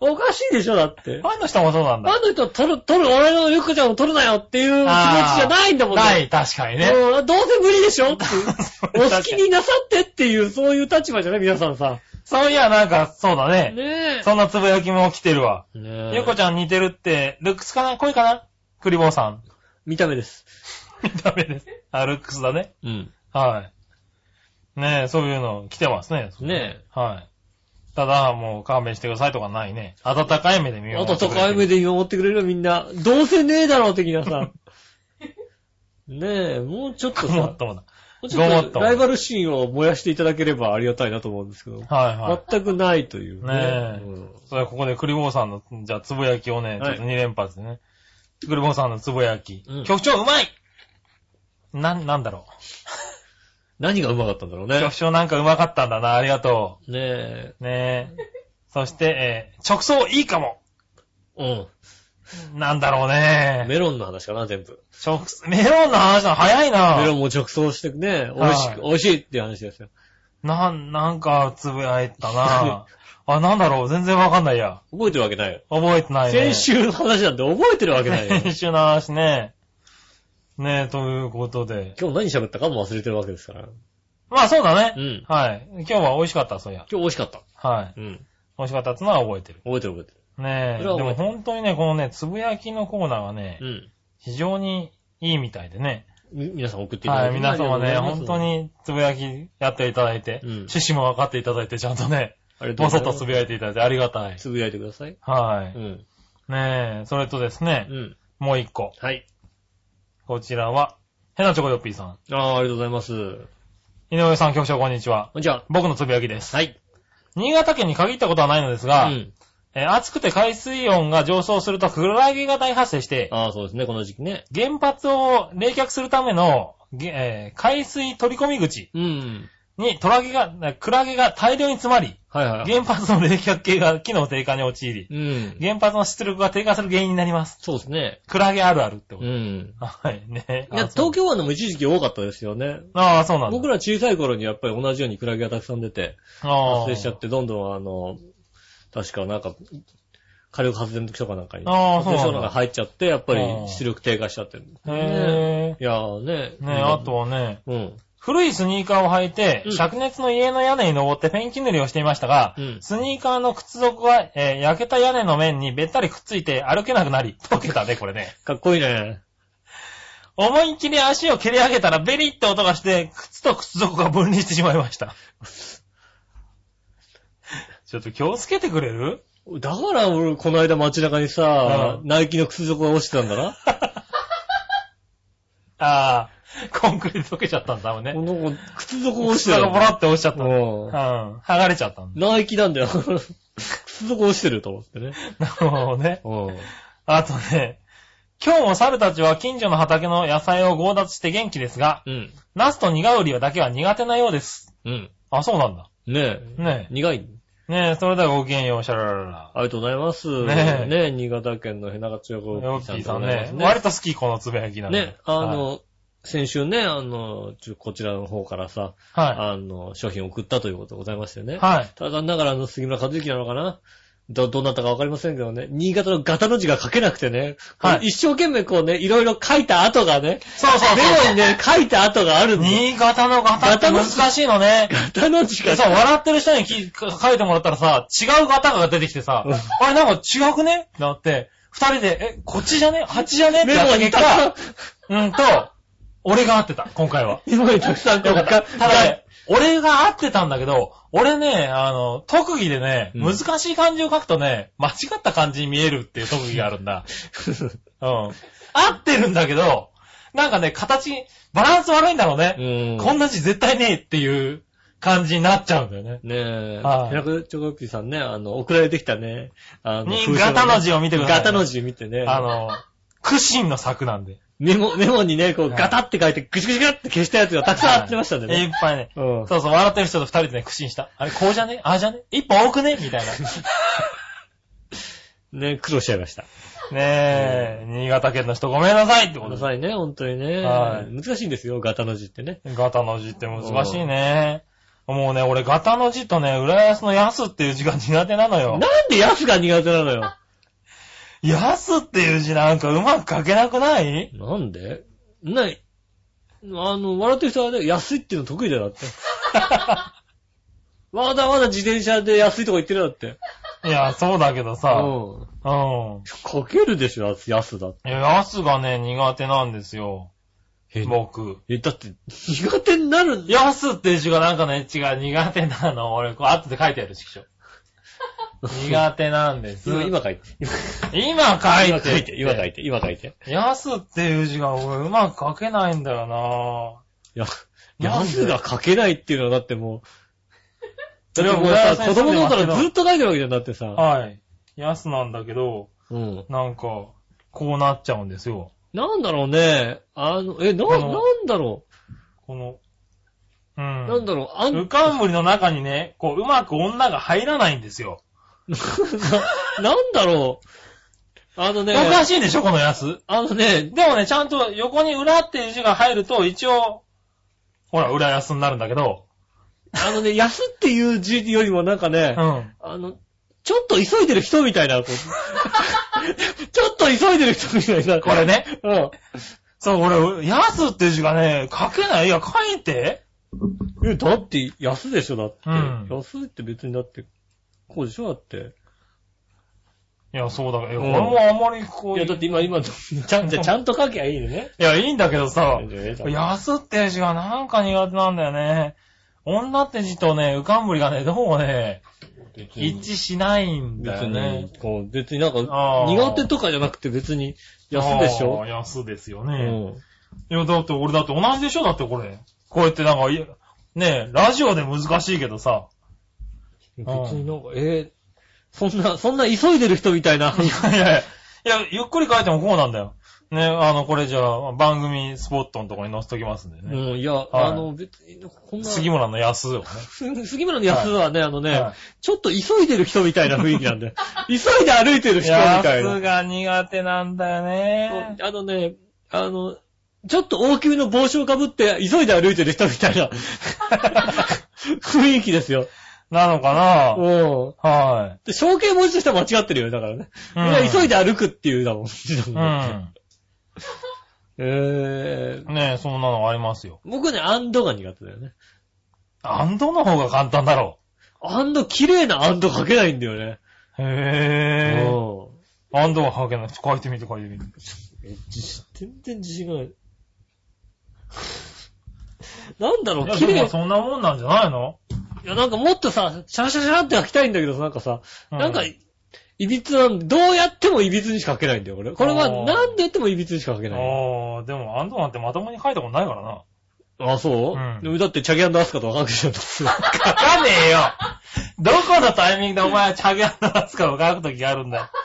おかしいでしょ、だってフ。ァンの人もそうなんフだ。ァンの人を取る、取る、俺のゆっこちゃんを取るなよっていう気持ちじゃないんだもんね。ない、確かにね。うんどうせ無理でしょっていうそ れお確か好きになさってっていう、そういう立場じゃない皆さんさ。そういや、なんか、そうだね。ねえ。そんなつぶやきも来てるわ。ねえゆうこちゃん似てるって、ルックスかな声かなクリボーさん。 見た目です。ダメです。あ、ルックスだね。うん。はい。ねえ、そういうの来てますね。ねはい。ただ、もう勘弁してくださいとかないね。温かい目で見え。よう。温かい目。で見守ってくれるよみんな。どうせねえだろう、的な さ。ねえ、もうちょっと ごさ、ももっともだ。うちょごっもっととライバル心を燃やしていただければありがたいなと思うんですけど。はいはい。全くないという。ねえうんそれはここでクリボーさんの、じゃあ、つぶやきをね、ちょはっいと2連発でね。クリボーさんのつぶやき。うん局長うまいな、なんだろ何がうまかったんだろうう。ね。局長なんかうまかったんだな、ありがとねう。ねえ。そして、えー直送いいかもえ。なんだろううん。ね。メロンの話かな、全部。直送メロンの話なの早いな。メロンも直送してね、美味しく、美味しいっていう話ですよ。なん、なんか、つぶやいたなあ、なんだろう、全然わかんないや。覚えてるわけないよ。覚えてないね。先週の話なんて覚えてるわけ ないよ。先週の話ね。ねえ、ということで。今日何喋ったかも忘れてるわけですから。まあそうだね。うんはい。今日は美味しかった、そういや。今日美味しかった。はい。うん。美味しかったってのは覚えてる。覚えてる覚えてねそえ。でれは覚もえてる本当にね、このね、つぶやきのコーナーはね、る。非常にいいみたいでね。うん。み皆さん送っていただはいい。て。皆様ね、ありがとう本ござ当います。につぶやきやっていただいて、うん趣旨も分かっていただいて、ちゃんとね、ありがとうぼござそいっまとす。つぶやいていただいてありがたい。つぶやいてください。はい。うん。ねえ、それとですね、うん。もう一個。はい。こちらは、ヘナチョコヨッピーさああ、ありがとうございます。ん。井上さん、局長、こんにちは。じゃあ、僕のつぶやきです。はい。新潟県に限ったことはないのですうが、ん。えー暑くて海水温が上昇するとクラゲが大発生して、ああ、そうですね、この時期ね。原発を冷却するための、げえー海水取り込み口うん。にトラゲが、えークラゲが大量に詰まり、はいはい。原発の冷却系が機能低下に陥り、うん。原発の出力が低下する原因になります。そうですね。クラゲあるあるってこうと。ん。はい、ね。いや、あそ東う京湾でも一時期多かったですよね。ああ、そうなんだ。僕ら小さい頃にやっぱり同じようにクラゲがたくさん出て、ああ発生しちゃって、どんどんあの、確かなんか、火力発電所かなんかに、あーそう発なんだ電所なんか入っちゃって、やっぱりあー出力低下しちゃってる。ねへいやーね。え。ねえ、あと。はね、うん。古いスニーカーを履いてう、ん灼熱の家の屋根に登ってペンキ塗りをしていましたがうん、スニーカーの靴底が、えー焼けた屋根の面にべったりくっついて歩けなくなり、溶けたね、これ ね。かっこいいね。思いっきり足を蹴り上げたらベリって音がして、靴と靴底が分離してしまいま した。ちょっと気をつけてくれるだから俺、この間街中にさう、ナイキの靴底が落ちてたんだな。ああ、コンクリート溶けちゃったんだもんねこ。の子靴底が落ち靴てた底がボラって落ちちゃった。うん。うん剥がれちゃったんだ。ナイキなんだよ。 靴底落ちてると思ってね。 なるほどね。うん。あとね、今日も猿たちは近所の畑の野菜を強奪して元気ですが、うん。ナスとニガウリだけは苦手なようです。うん。あ、そうなんだ。ねえ。ね苦い。え。ねえ、それではごきげんよう、シャララララ。ありがとうございます。ねえねえ、新潟県のヘナガチョコヨッピーさんね。ね割と好き、このつぶやきなんでね、あ、の、先週ね、あの、ちょこちらの方からさ、はい。あの、商品を送ったということでございましたよね。はい。ただ残念ながら、あの、杉村和之なのかなど、どうなったかわかりませんけどね、新潟のガタの字が書けなくてね、はい一生懸命こうね、いろいろ書いた跡がね、そうそうメモにね、書いた跡があるんだよ。新潟の型って難しいのね。ガタの字でがさ、笑ってる人にき書いてもらったらさ、違う型が出てきてさうん、あれなんか違くねってなって、二人で、え、こっちじゃねあっちじゃねってメやっモたに結たくさん果、、うんと、俺が合ってた、今回は。メモにたくさんこうよかった。ただがね、俺が合ってたんだけど、俺ね、あの、特技でね、うん難しい漢字を書くとね、間違った漢字に見えるっていう特技がある んだ。うん。合ってるんだけど、なんかね、形、バランス悪いんだろうね。 うん。こんな字絶対ねえっていう感じになっちゃうんだよね。ねえ、はいヘラクチョコヨッピーさんね、あの、送られてきたね、あの、に風船をねガタの字を見てくださいねガタの字見てね。あの、苦心の策なんで。メモ、メモにね、こう、はいガタって書いて、ぐちぐちぐちって消したやつがたくさんあってましたんでいっね。ぱいね。うん。そうそう、笑ってる人と二人でね、苦心した。あれ、こうじゃねああじゃね一本多くねみたいな。ね、苦労しちゃいました。ねえ、新潟県の人ごめんなさいってごこめんなとです。さいね、本当にね。はい難しいんですよ、ガタの字ってね。ガタの字って難しいね。もうね、俺ガタの字とね、浦安の安っていう字が苦手なのなよん。で安が苦手なのよ。安っていう字なんかうまく書けなくないなんでない。あの、笑ってる人はね、安いっていうの得意だよ、だっ て。わざわざ自転車で安いとこ行ってるよだって。いや、そうだけどうん。さ。うん。かけるでしょ、安だって。いや、安がね、苦手なんですよ。え僕。え、だって、苦手になる、安っていう字がなんかね、違う、苦手なの。俺、こう、後で書いてある、し書。苦手なんです。今、今書いて。今書い今書いてて、。今書いて、今書いて。安っていう字が俺うまく書けないんだよいや、なんで安が書けないっていうのはだって もう、いだっやてもう村さ、子田先供生の頃でかもらずっと書いてるわけじゃんだってなさ。はい。安なんだけど、うん。なんか、こうなっちゃうんですよ。なんだろうね。あの、え、な、あのなんだろこの、う。うん。なんだろう。あん、うかんむりの中にね、こう、うまく女が入らないんですよ。 なんだろう。あのおね、かしいでしょ、この安。あのね、でもね、ちゃんと横に裏っていう字が入ると、一応、ほら、裏安になるんだけど、あのね、安っていう字よりもなんかね、うん。あの、ちょっと急いでる人みたいな、こう ちょっと急いでる人みたいな。これね。うん。そう、俺、安っていう字がね、書けない。いや、書いて。え、だって、安でしょ、だって。うん安って別にだって、こうでしょ、だって。いや、そうだけど、うん俺もあんまりこう。いや、だって今、今、ちゃん、じゃあちゃんと書きゃいいの ね。いや、いいんだけどさ、いや、安っていう字がなんか苦手なんだよね。女って字とね、うかんぶりがね、どうもね、別に、一致しないんだ別よねに。、こう、別になんか、あー苦手とかじゃなくて別に、安でしょあ。ー安ですようね。ん。いや、だって俺だって同じでしょだってこれ。こうやってなんか、いねえ、ラジオで難しいけどさ。別になんか、えーそんな、そんな急いでる人みたいな。いやいや、いや、ゆっくり書いてもこうなんだよ。ね、あの、これじゃあ、番組スポットのとこに載せときますんでうね。ん、いや、いあの、別に、こんな、杉村の安をね。杉村の安はね、あのねはい、ちょっと急いでる人みたいな雰囲気なんで、急いで歩いてる人みたいな安。が苦手なんだよね。あのね、あの、ちょっと大きめの帽子をかぶって、急いで歩いてる人みたいな雰囲気ですよ。なのかう。なんはで象形文字としては間違ってるよ、だからね。うんみんな急いで歩くっていうだもん。い。うん。 えーねえ、そんなのありますよ。僕ね、アンドが苦手だよね。アンドの方が簡単だろアンド、綺麗なアンド書けないんだよね。う。へえ。うんアンドは書けない。ちょ書いてみて書いてみて。え自信全然自信がない。 なんだろう、い綺や、でも麗。そんなもんなんじゃないのいや、なんかもっとさ、シャラシャラシャラって書きたいんだけどさ、なんかさ、うんなんか、いびつなんどうやってもいびつにしか書けないんだよ、これ。これは、あーなんでやってもいびつにしか書けない。ああ、でもアンドなんてまともに書いたことないからな。あ、そううんでもだって、チャギアンドアスカとわかんないじゃん。 だ書かねえよ どこのタイミングでお前はチャゲアンドアスカを書くときがあるんだよ。って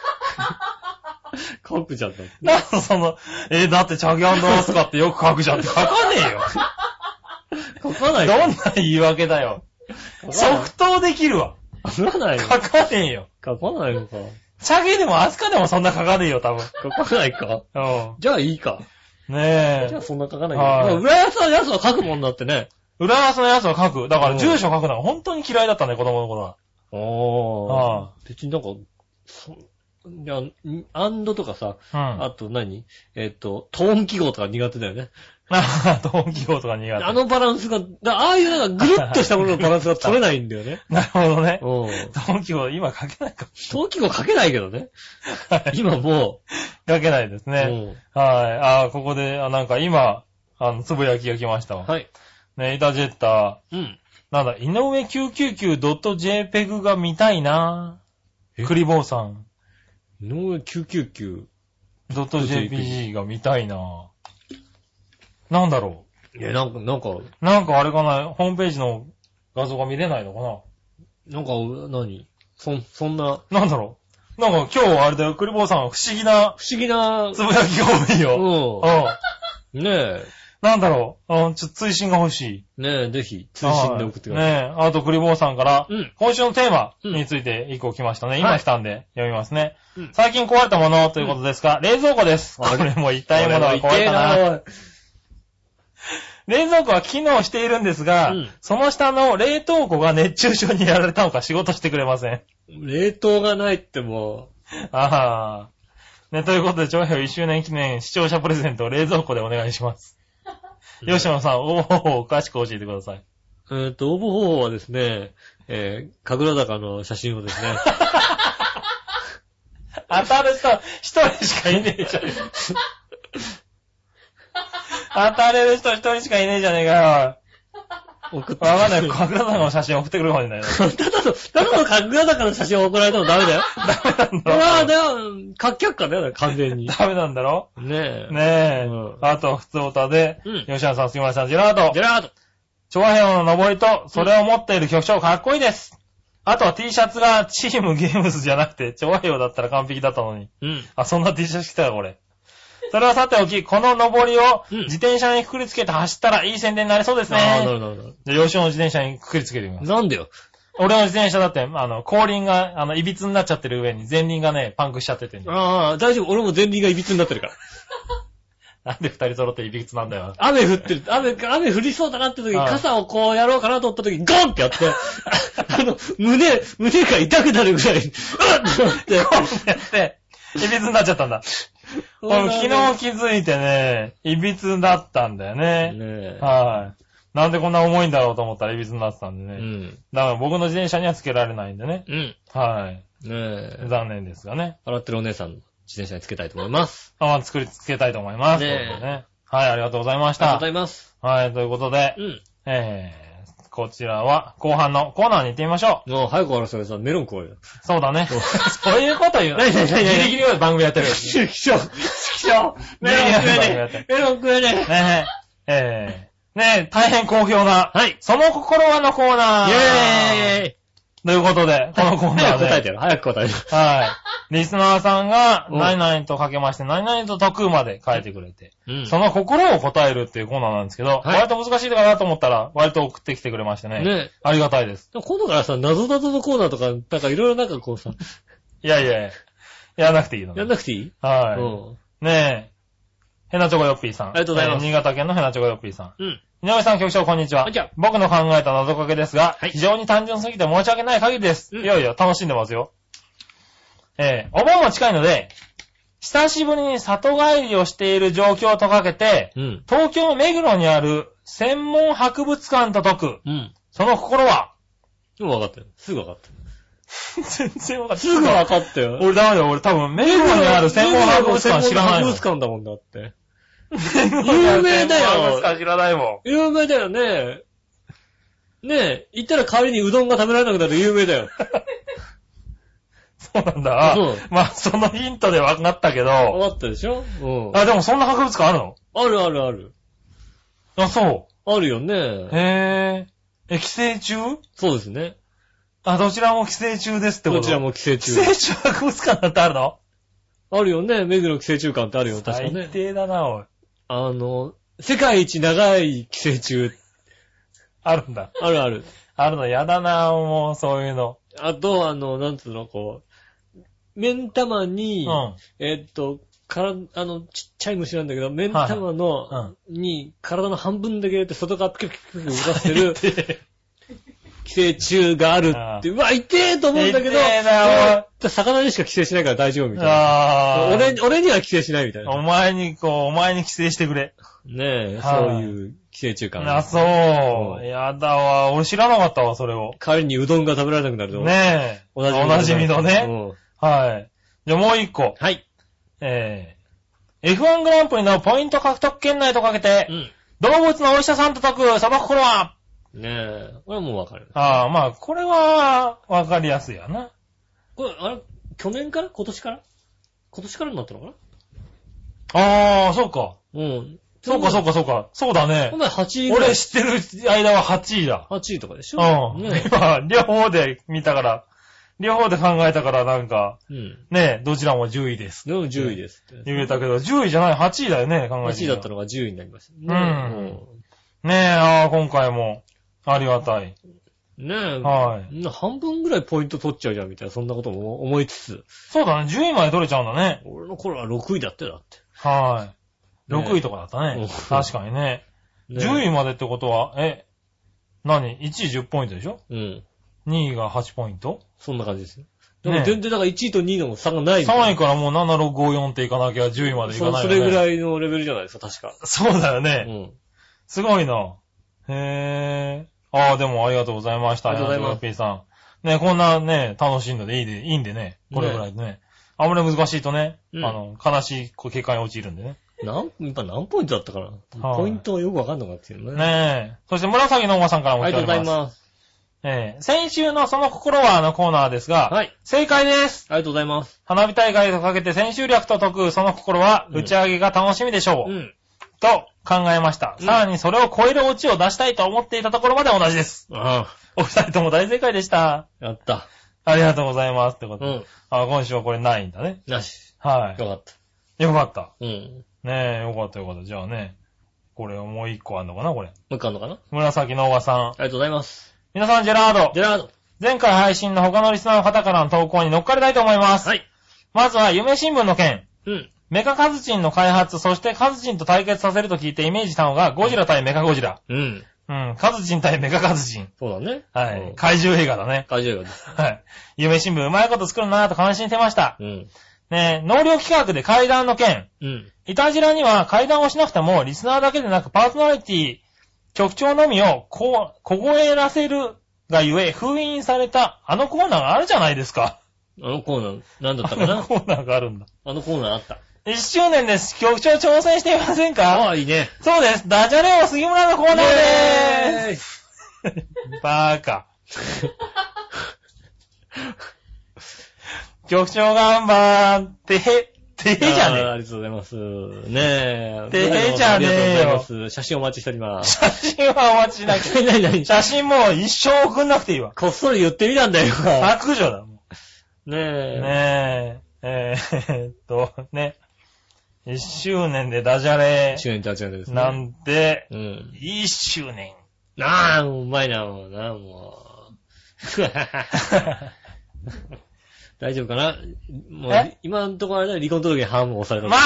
書くじゃん。だって なんかその、えだってチャゲアンドアスカってよく書くじゃんって書かねえよ。書かないどんよ。な言い訳だよ。即答できるわ。書かないよ書。かねえよ。書かないのか。チャゲでもアスカでもそんな書かねえよ、多分。書かないか。うじゃあいいか。ん。ねじゃえあ。そんな書かないはいけど。裏安は安は書くもんだってね。裏安のやつは書く。だかうらん住所書くのが本当に嫌いだったね、子供の頃は。ああ。別になんか、そいや、んアンドとかさ、うん。あと何えっと、トーン記号とか苦手だよね。あ、ドンキホーとか苦手。あのバランスが、だああいうなんかぐるっとしたもののバランスが取れないんだ よね。なるほどね。うん。ドンキホー今書けないかも し登記号書けないけどね。れない。今も書けないですう。ね。うはい。あ、ここで、あ、なんか今、あの、つぶやきが来ましたん。わ。はい。ね、イタジェッタうん。ー。なんだ、井上 999.jpeg が見たいなえクリボーさん。井上999。 .jpg が見たいななんだろいや、なんか、なんか、う。なんかあれかな、ホームページの画像が見れないのかななんか、何そん、そんな、なんだろう。なんか今日あれだよ、クリボーさん不思議な不思議な、つぶやきが多いよ。う。うんねえ。ん。なんだろう。うん、ちょっと追伸が欲しい。ねえ、ぜひ、通信で送ってください。はいねえ。あとクリボーさんから、うん今週のテーマについて一個来ましたね。今来たんで読みますね。うん最近壊れたものということですが、冷蔵庫です。こあれれも痛いものはこ壊れれはた痛えな。な。おい冷蔵庫は機能しているんですが、うんその下の冷凍庫が熱中症にやられたのか仕事してくれません。冷凍がないっても ああ。ね、ということで、長編1周年記念視聴者プレゼントを冷蔵庫でお願い します。う。吉野さん、おお、おかしく教えてくださ い。えーっと、応募方法はですね、えー、神楽坂の写真をです ね、当たる人、一人しかいねえじゃん。当たれる人一人しかいねえじゃねえか送ってよ。わ かんない。神楽坂の写真送ってくるかもしれないな。ただの、ただの神楽坂の写真を送られてもダメだよ。 ダメこれなは、んだでろ。も、かっきゃっかだよ、完全 に。ねダメなんだろえ。ねえ。 うんあと、普通歌で、うん吉野さん、杉村さん、ジェラートジェ。ラート。長編の上りと、それを持っている局長かっこいいです。あとは T シャツがチームゲームズじゃなくて、長編だったら完璧だったのに。うん。あ、そんな T シャツ着たよ、これ。それはさておき、この上りをうん自転車にくくりつけて走ったらいい宣伝になりそうですね。ああ、なるほどなるほじゃあ、吉尾の自転車にくくりつけてみます。ど。なんでよ。俺の自転車だって、あの、後輪が、あの、いびつになっちゃってる上に前輪がね、パンクしちゃってて、ね。ああ、大丈夫。俺も前輪がいびつになってるから。なんで二人揃っていびつなんだ よ。雨降ってる、雨、雨降りそうだなって時にああ傘をこうやろうかなと思った時にゴンってやって、 あの、胸、胸が痛くなるぐらい、うっって なって。やって、いびつになっちゃったんだ。俺昨日気づいてね、いびつだったんだよね。ねえ。はい。なんでこんな重いんだろうと思ったらいびつになってたんでね。うん。だから僕の自転車にはつけられないんでね。うん。はい。ねえ。残念ですがね。洗ってるお姉さんの自転車につけたいと思います。あ、まあ作りつけたいと思います。ねえということでねはい、ありがとうございましありがとうたござ。います。はい、ということでう、ん。えー、こちらは後半のコーナーに行ってみましょう。もう早く終わらせてさ、メロン食おうよ。そうだね。そういうこと言う。何何何何ギリギ リまで番組やって る。きしょきしょメロン食えねえメロン食えねえねえ、えー、ねえ、大変好評な、はい。その心はのコーナー。イェーイイということで、このコーナー早くで。答えてよ。早く答えてよ。はい。リスナーさんが、うん何々とかけまして、何々と得まで書いてくれて、うんその心を答えるっていうコーナーなんですけど、はい割と難しいかなと思ったら、割と送ってきてくれましてね。ねえ。ありがたいです。でも今度からさ、謎々のコーナーとか、なんかいろいろなんかこうさ、いやいやいや、やらなくていいの。やんなくていい、はい。うん。ねえ、へなちょこよっぴーさん。ありがとうございますえー新潟県のへなちょこよっぴーさん。うん。井上さん局長、こんにちはこんにちは。僕の考えた謎かけですが、はい非常に単純すぎて申し訳ない限りです。うんいやいや、楽しんでますよ。えーお盆も近いので、久しぶりに里帰りをしている状況とかけて、うん。東京目黒にある専門博物館と解く、うん。その心はでも分かったよ。すぐ分かったよ。全然わかんない。すぐ分かったよ。俺ダメだよ、俺多分目黒にある専門博物館知らない専門博も物。館んだもんだって。 有名 だよ専門博物館知らないもん。有名だよね。ねえ、行ったら代わりにうどんが食べられなくなる有名だよ。そうなんだ。そうまあ、そのヒントで分かったけど、分かったでしょうん。あ、でもそんな博物館あるのあるあるある。あ、そあるよう。ね。へぇー。え、寄生虫そうですね。あ、どちらも寄生虫ですってこどとちら。も寄生寄虫。生虫博物館なんてあるのあるよね。目黒寄生虫館ってあるよ、確か最ね。低だな、おい。あの、世界一長い寄生虫、あるんだ。あるある。あるの、やだな、もう、そういうの。あと、あの、なんつうの、こう、目ん玉うに、 ん。えっと、から、あの、ちっちゃい虫なんだけど、目ん玉の、はいはいに、体の半分だけ入れて、外側ピクピクピク動か してる、寄生虫があるって、うわ、痛えと思うんだけど、痛えなおいそう魚にしか寄生しないから大丈夫みたいな。あー。俺、俺には寄生しないみたいおな。前に、こう、お前に寄生してくれ。ねえ、はいそういう寄生虫感。あ、そうう。んやだわ。俺知らなかったわ、それを。代わりにうどんが食べられなくなると。ねえ。おなじみのおなじみのね。うんはい。じゃあもう一個。はい。えー、F1 グランプリのポイント獲得圏内とかけて、うん。動物のお医者さんと解く、その心はねえ、これはもうわかる。ああ、まあ、これは、わかりやすいやな。これ、あれ、去年から今年から今年からになったのかなああ、そうか。うん。そうか、そうか。か、そうか。そうだねお。前8位ぐらい俺知ってる間は8位だ。 8位とかでしうょん。ね今、両方で見たから、両方で考えたからなんか、うん。ねどちらも10位です。でも10位ですって。言えたけど、10位じゃない、8位だよね、考えて1位みれだばったのが10位になりました。うんねえ、ああ、今回も、ありがたい。うんねえ。。はい半分ぐらいポイント取っちゃうじゃん、みたいな、そんなことも思いつつ。そうだね、10位まで取れちゃうんだね。俺の頃は6位だって、だって。はい。ね6位とかだったうねん。確かにね。10位位までってことは、え、何 ?1 位10ポイントでしょうん。 ?2 位が8ポイントそんな感じですよ。でねも全然、だから1位と2位の差がない。 ?3 位からもう7654っていかなきゃ10位までいかそないそよね。れぐい。らいのレベルじゃないですか、確か。そうだようね。ん。すごいな。へえ。ああ、でもありがとうございました。ありがとうございますヤンキーさん。ね、こんなね、楽しんだでいいで、いいんでね。これぐらいでね。あんまり難しいとね、あうんの、悲しい結果に陥るんでね。なん、やっぱ何ポイントだったかなはいポイントはよくわかんなかったけどね。ねえ。そして紫のおばさんからもあ来りがておとりうございまます。す。ええ先週のその心はのコーナーですが、はい。正解です。ありがとうございます。花火大会とかけて千秋略と解くその心はうん打ち上げが楽しみでしょう。うん。と考えました。うんさらにそれを超えるオチを出したいと思っていたところまで同じです。あお二人とも大正解でした。あ、やった。ありがとうございます。ってこうと。ん。あ、今週はこれないんだね。なし。はよかった。い。よかった。うん。ねえ、よかったよかった。じゃあね、これもう一個あんのかな、これ。もう一個あるのかなあ紫のおばさん。りがとうございます。皆さん、ジェラード。ジェラード。前回配信の他のリスナーの方からの投稿に乗っかりたいと思います。はい。まずは、夢新聞の件。うん。メカカズチンの開発、そしてカズチンと対決させると聞いてイメージしたのが、ゴジラ対メカゴジラ。うん。うん、カズチン対メカカズチン。そうだね。はうい。ん怪獣映画だね。怪獣映画です。はい。夢新聞、うまいこと作るなぁと感心してました。うん。ねえ、農業企画で階段の件。うん。イタジラには階段をしなくても、リスナーだけでなくパーソナリティ、局長のみを、こう、凍えらせるがゆえ、封印された、あのコーナーがあるじゃないですか。あのコーナー、なんだっあたか のなコーナーがあるんだ。あのコーナーあった。 1周年です。局長挑戦してみませんかああ、いいね。そうです。ダジャレを杉村のコーナーでイェーイ ーす。バーカ。局長頑張ってへ、てへじゃあーねありがとうございます。ねえ。でええじゃありがとうごねえよざいます。写真お待ちしておりまえ。す。写真はお待ちしなきゃ。なになになに写真もう一生送んなくていいわ。こっそり言ってみたんだよ。削除だもん。ねえ。ねえ、えーえっと、ね。一周年でダジャレ1年経ちなんですね。なんて、うん。一周 年。なあ、もううまいな、もうな、もう。大丈夫かなもうえ、今のところあれだよ離婚届ハム押された。マ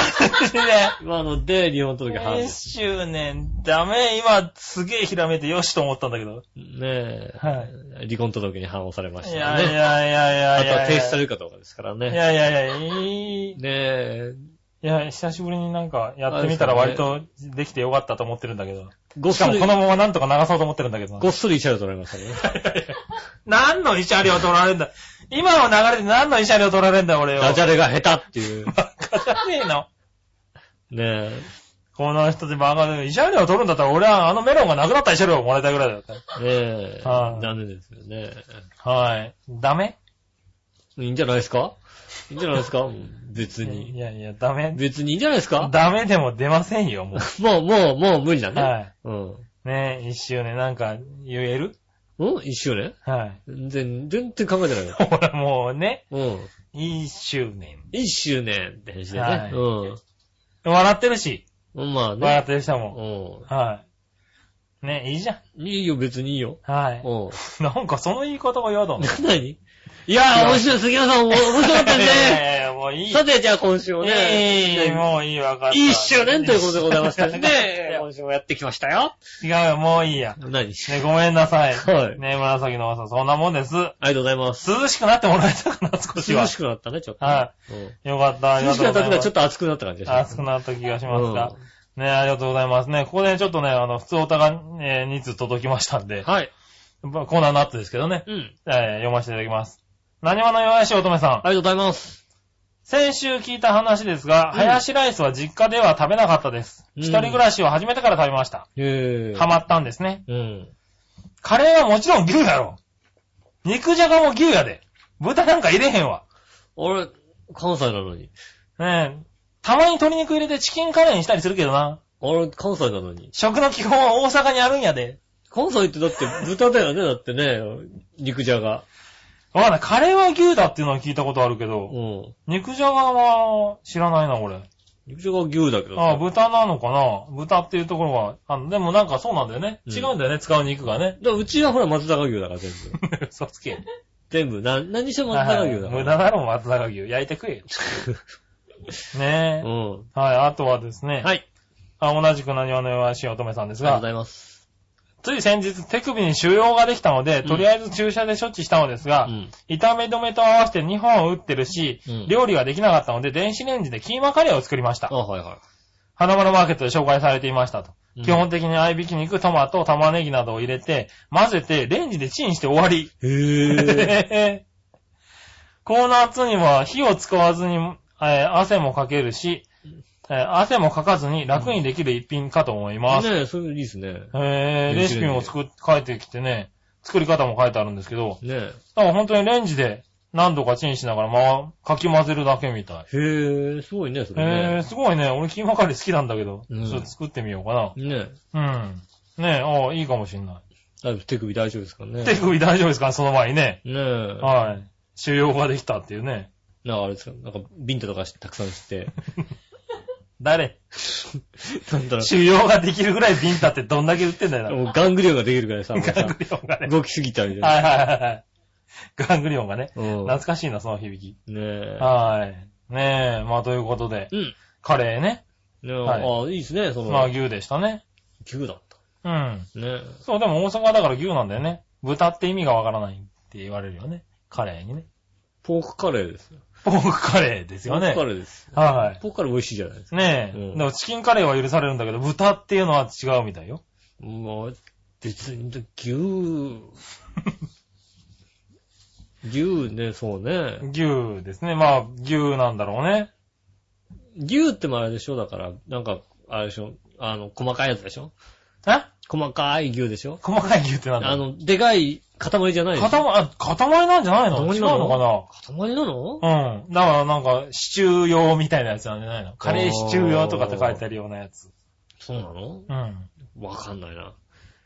ジで今ので離婚届ハム。 1周年、ダメ、今、すげえひらめいてよしと思ったんだけど。ねえ。はい離婚届にハム押されましいたやね。いやいやあいやいとや。は提出さいれるかどうかですからね。やいやいや、いい。いねえ。や、久しぶりになんかやってみたらあれで割すよとできてよかったと思ってるんだけど。ごっしかそもりこ、のままなんとか流そうと思ってるんだけどご。っそり慰謝料取られましたね。何の慰謝料取られんだ今の流れで何の慰謝料取られんだ俺よ。ダジャレが下手っていう。 バカじゃねえの。ねこの人でバカで、慰謝料取るんだったら俺はあのメロンがなくなった慰謝料をもらいたいぐらいだよ。え。ねえ。はい残念ですよね。はい。ダメいいんじゃないですかいいんじゃないです かうん別にい。やいや、ダメ。別にいいんじゃないですかダメでも出ませんよ、ももう、もう、もう無理だう。ね。はい。うん。ねえ、一周ね、なんか言えるうん一周年はい。全然、全然考えてない よ。ほら、もうね、うん。一周年。一周年って返事でね。はいうん笑ってるし、うん。まあ笑ねっ。てる人も。うはい。ねえ、いいじゃん。ん。いいよ、別にいいよ。はい。うん。なんかその言い方が嫌だな。 何いやー、面白い、杉山さん、お面白かった いやいね。やいや、もういい。さて、じゃあ今週もいい、ね。もういい、わかった。一周年ということでございましたいねや。今週もやってきましたよ。違うよ、もういいや。何ね、ごめんなさい。はいね、紫の朝、そんなもんです。ありがとうございます。涼しくなってもらえたかな、少しは涼。しくなったね、ちょっとね。はうんよかった、あり涼がしとくなうごったざけいど、ちまょっす。と暑くなった感じがし暑まくなった気がしす。ますが。ね、ありがとうございます。ね、ここでちょっとね、あの、普通おたが、えー、2通届きましたんで、はい。まあコーナーの後ですけどね、うん。えー読ませていただきます。何話の弱いし乙女さん。ありがとうございます。先週聞いた話ですが、うんハヤシライスは実家では食べなかったです。うん一人暮らしを始めてから食べました。へハマったんですね。うん。カレーはもちろん牛やろ。肉じゃがも牛やで。豚なんか入れへんわ。俺、関西なのに。ねえ。たまに鶏肉入れてチキンカレーにしたりするけどな。俺、関西なのに。食の基本は大阪にあるんやで。関西ってだって豚だよね、だってね、肉じゃが。わかんない。カレーは牛だっていうのは聞いたことあるけど、うん。肉じゃがは知らないな、俺。肉じゃがは牛だけどさああ、豚なのかな豚っていうところは、あのでもなんかそうなんだよね。うん違うんだよね、使う肉が ね。だからうちはほら松坂牛だから全部。嘘つけ。全部、な、何にしてもはい松坂はい牛だから。無駄だろ、松坂牛。焼いて食えよ。ねうえ。ん。はい、あとはですね。はい。あ同じく何話の弱いしおとめさんであすりがとうご、がざいます。つい先日手首に腫瘍ができたので、うんとりあえず注射で処置したのですうが、ん。痛め止めと合わせて2本打ってるし、うん料理ができなかったので、電子レンジでキーマカレーを作りましたあ、。はいは花丸マーケットで紹介されていましたと。うん基本的に合いびき肉、トマト、玉ねぎなどを入れて、混ぜて、レンジでチンして終わり。い。 へぇこの夏には火を使わずに、えー汗もかけるし、えー汗もかかずに楽にできる一品かと思います。ねえ、それいいですね。えーレシピも作っ、書いてきてね、作り方も書いてあるんですけど、ねだから本当にレンジで何度かチンしながら、まあ、かき混ぜるだけみたい。え。へぇすごいね、それえー、ね。すごいね。俺キーマカレー好きなんだけど、うんちょっと作ってみようかな。ねうん。ねえ、ああ、いいかもしんなえ。あ手首大丈夫ですかね。い。手首大丈夫ですかその前にね。ねえ。はい。収容ができたっていうね。なんかあれですか、なんかビンタとかしたくさん して。誰なんだろ 収容ができるぐらいビンタってどんだけ売ってんだう、よもうガングリオンができるからいさ、もな。うガンさグリオンがね。動きすぎたみたいな。はいはいはいはい。ガングリオンがね。うん。懐かしいな、その響き。ねえ。はい。ねえ、まあということで、うん。カレーね。ねえ、はあ、いいですね、そまあの、牛でしたね。牛だっうん。た。ねえ。そう、でも大阪だから牛なんだよね。豚って意味がわからないって言われるよね。カレーにね。ポークカレーですよ。ポークカレーですポよーねク。カレーです。はい。ポークカレー美味しいじゃないですか。ねえ。うんでもチキンカレーは許されるんだけど、豚っていうのは違うみたいよ。もう、別に、牛、牛ね、そうね。牛ですね。まあ、牛なんだろうね。牛ってもあれでしょだから、なんか、あれでしょあの、細かいやつでしょえ細かい牛でしょ細かい牛ってなんだあろうの、でかい塊じゃないでしょ塊、あ、塊なんじゃないのどう違いううのの塊なのかなうん。だからなんか、シチュー用みたいなやつなんじゃないのカレーシチュー用とかって書いてあるようなやつ。そうなのうん。わかんないな。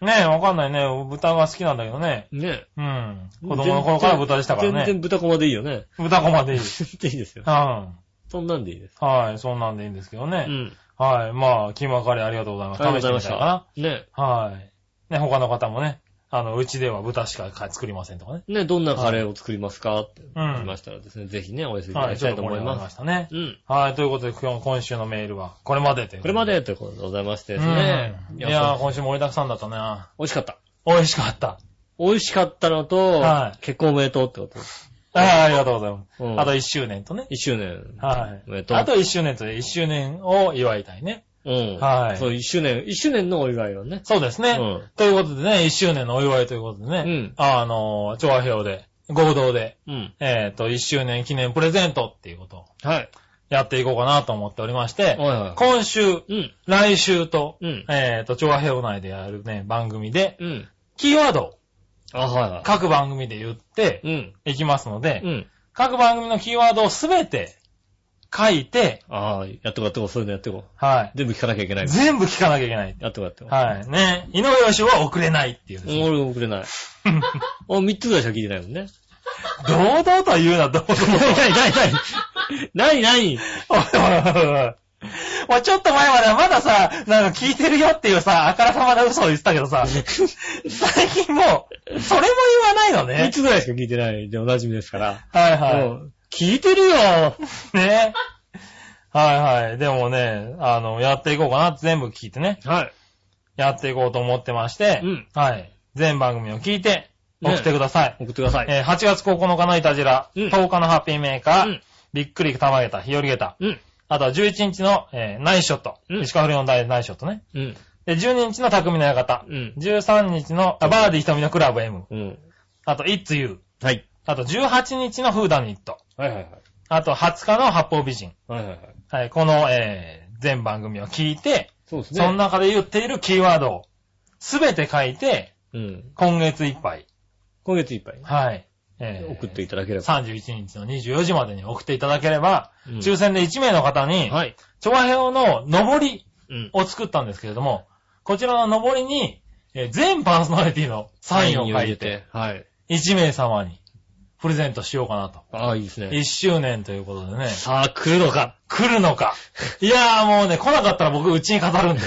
ねえ、わかんないね。豚が好きなんだけどね。ねうん。子供の頃から豚でしたから全ね。然豚こまでいいよね。豚こまでいい。全然いいですよう。ん。そんなんでいいです。はい、そんなんでいいんですけどうね。ん。はい。まあ、キーマカレーありがとうございます。ありがとうございま試ししてみたいかた。なねはい。ね、他の方もね、あの、うちでは豚しか作りませんとかね。ね、どんなカレーを作りますかってうん言いましたらですね、ぜひね、お寄せいたはだい、きちたょっいとと思盛りい上がりま。ますしたね。うん。はい、ということで今日、今週のメールはこれまでというこれまででということでございましてでですすねね。。いいややー、そう今週盛りだくさんだったな。美味しかった。美味しかった。 美味しかったのとは、結婚おめでとうってことです。はい、ありがとうございまうんす。あと1周年とね。一周年。はいおめで。とうあと1周年と1周年を祝いたいね。うん。はいそう、一周年、一周年のお祝いをね。そうですうね。ん。ということでね、1周年のお祝いということでね。うんあのー、調和表で、合同で、うん。えっ、と、1周年記念プレゼントっていうことをはい。やっていこうかなと思っておりましはて、いは今週、い。うん。来週と、うんえっ、と、調和平和内でやるね、番組で、うん。キーワードをあ、はいは各番組で言ってい。うん。いきますので、うん。各番組のキーワードをすべて書いて、ああ、やってこうやってこう、そういうのやってこは。う。全部聞かなきゃいけないい。全部聞かなきゃいけない。やってこうやってこう。はい。ね。井上義雄は遅れないっていう ですね、俺遅れない。俺3つぐらいしか聞いてないもんね。堂々と 言うな、堂々と。なになにおいおいおいおいもうちょっと前まではまださ、なんか聞いてるよっていうさ、あからさまな嘘を言ってたけ どさ、最近もう、それも言わない ?3 のね。つぐらいしか聞いてないでおなじみですから。はいもはう聞いてるよい。ね。はいはい。でもね、あの、やっていこうかな。全部聞いてね。はい。やっていこうと思ってまして、うんはい。全番組を聞いて、送ってください。送ってください。えー8月9日のイタジラ、うん10日のハッピーメーカー、うんびっくりたまげた、日和げた、うん。あとは11日の、えーナイスショット、うん石川不良の大ナイスショットね。うん。で、12日の匠の館。うん13日の、あバーディー瞳のクラブ M。うん。あと、It's You。はい。あと、18日のフーダニット。はいはいはい。あと、20日の八方美人。はいはいはい。はい、この、えー、全番組を聞いて、そうですね。その中で言っているキーワードを、すべて書いて、うん。今月いっぱい。今月いっぱいはい。えー送っていただければ。 31日の24時までに送っていただければ、うん抽選で1名の方に、はい。調和表の上りうん。を作ったんですけれども、こちらの上りに、えー全パーソナリティのサインを書いて、はい。 1名様にプレゼントしようかなと。ああ、いいですね。 1周年ということでね。さあ、来るのか。来るのか。いやーもうね、来なかったら僕、うちに飾るんで。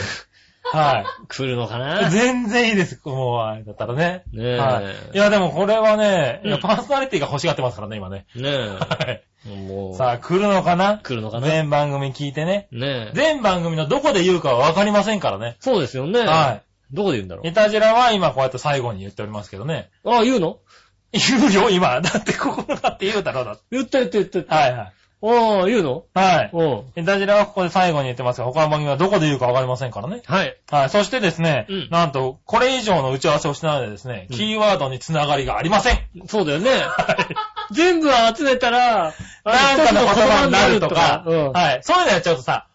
はい。来るのかな。全然いいです。もう、あれだったらね。ねえはい。いや、でもこれはね、いやうんパーソナリティが欲しがってますからね、今ね。ねはい。え。 もう、さあ、来るのかな来るのかな。ね全番組聞いてね。え。全番組のどこで言うかはわかりませんからね。そうですよね。。はいどこで言うんだろい。イタジラは今こうやって最後に言っておりますけどね。う。ああ、言うの言うよ、今。だって心だって言うだろうだって。言った言った言った言った。はいはい。ああ、言うのはい。うん。イタジラはここで最後に言ってますが、他の番組はどこで言うかわかりませんからね。はい。はい。そしてですね、うんなんと、これ以上の打ち合わせをしてないのでですね、うんキーワードにつながりがありません。そうだよね。 全部集めたら、なんかの言葉になるとか、うん。はい。そういうのやっちゃうとさ、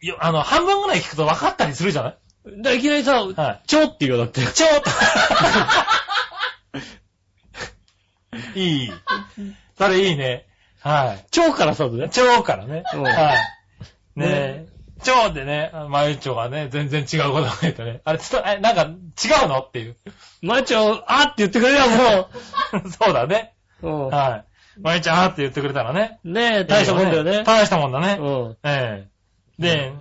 よあの、半分ぐらい聞くと分かったりするじゃないだからいきなりさ、はちょって言うよ、だって。い。ちょっと。 いい。それいいね。はちょからさずねい。。蝶からね。うんはい。ねねえ。蝶でね、まゆちょがね、全然違うことが言ってね。あれ、ちょっと、え、なんか、違うのっていう。 マイちゃん、あって言ってくれりゃそうだね。 もう。はい。まゆちゃん、あーって言ってくれたらね。うん。ねえ、大したもんだよね。大したもんだね。うん。ええで、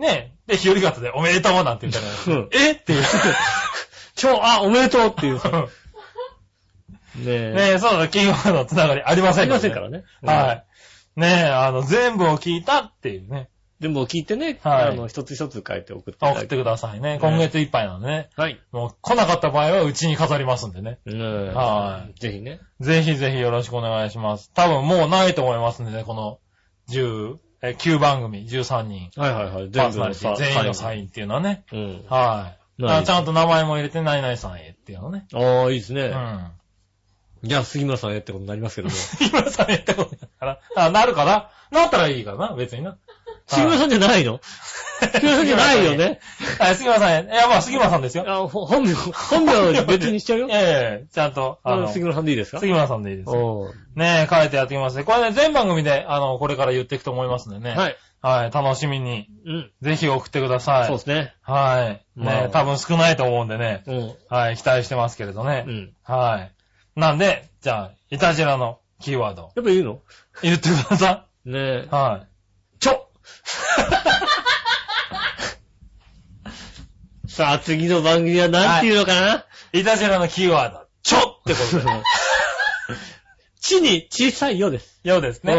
ねえ、で、日和方で、おめでとうなんて言ったら、うんえっていう。ちょ、あ、おめでとうって いうさ。ねねえ。え、そうだ、キーワードのつながりありまあせんりませんからね。はい。ねえ、あの、全部を聞いたっていうね、でも聞いてね、はいあの、一つ一つ書いて送っていただ送いって。てくださいね。今月いっぱいなのでね。はい。もう来なかった場合はうちに飾りますんでね。うん。。はいぜひね。ぜひぜひよろしくお願いします。多分もうないと思いますんでね、この10、え、9番組、13人。はいはいはい。パ全ー部ソナリティ全員のサインっていうのはね。ン。うん。はい。だからちゃんと。と名前も入れて、何々さんへっていうのね。ああ、いいですうね。ん。 じゃあ、杉村さんへってことになりますけども。今さんやったことだから。あ、なるかななったらいいかな別にな。杉村さんじゃない の杉村さんじゃないよね。はい、杉村さんや。いや、まあ、杉村さんですよ。あ、ほ本名、本名は別にしちゃうよ。 ええちゃんと、ああの、杉杉村さんでいいですか村さんでいいです。おーねえ、書いてやってきますね。これね、全番組で、あの、これから言っていくと思いますんでね。。はいい。はい、楽しみに。うん。ぜひ送ってください。そうですね。はい。まねあえ、多分少ないと思うんでね。うん。はい、期待してますけれどねう。ん。はい。なんで、じゃあ、イタジラのキーワード、やっぱ言うの言ってくださねえい。。はい。ちょさあ、次の番組は何て言うのかなイタジェラのキーワード、ちょってことで。地に小さいようです。ようですね。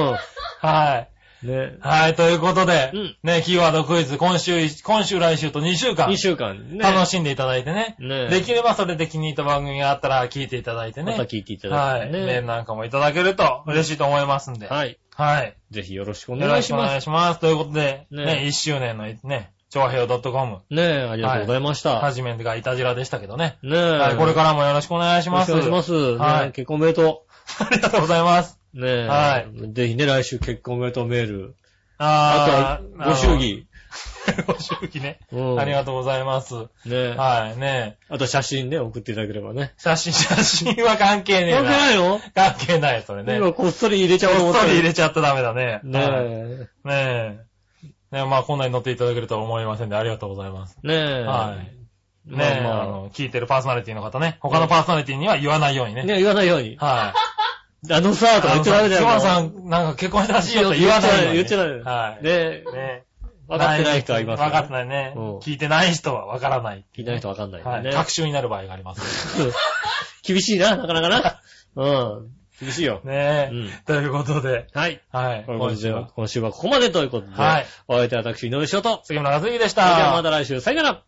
はうん。ねい。。はい、ということでうん、ね、キーワードクイズ、今週い、今週来週と2週間2、週間ね。楽しんでいただいてね。ねできればそれで気に入った番組があったら聞いていただいてまたね。聞いていただはいてい。メーね。ルなんかもいただけると嬉しいと思いますんで。はい。はい。ぜひよろしくおお願いしおま願す。いします。ということで、ねね、1周年のね、長平洋 .com、ねえ、ありがとうございました。はじめがいたじらでしたけどね。ねえ。はい、これからもよろしくお願いしよろましくす。お願いします。はねい結婚おめでとありがとうございます。う。ねえ。。はいぜひね、来週結婚おめでとうメール。ああとーは、ご祝。儀。あの ご祝儀ね。うんありがとうございます。ねえ。はい、ねあと写真ね、送っていただければね。写真、写真は関係ねえ関係な。ないの関係ない、それね。今こっそり入れちゃおうとこ思っったそり入れれちゃったらダメだね。はねいねえ。ねえ、まあこんなに乗っていただけるとは思いませんで、ありがとうございます。え。ねえ。はい。ねまえ、あまああの、聞いてるパーソナリティの方ね、他のパーソナリティには言わないようにね。ね言わないように。はい。あのさ、とか言っちゃダメだよ。あのさ菅野さん、なんか結婚したらしいよと言わないようにね言っちゃダメ言っちゃはい。ねねえ。え。分かってない人はいます分かってい。ないね。うん聞いてない人は分からない。聞いてない人分かんないはんい。でね。 学習になる場合があります。厳しいな、なかなかな。うん。厳しいよ。ねうんえ。ということで、はい。はい。今週は、。今週はここまでということで、はいお相手は私、井上翔と、杉村和之でしそれでた。はまた来週、さよなら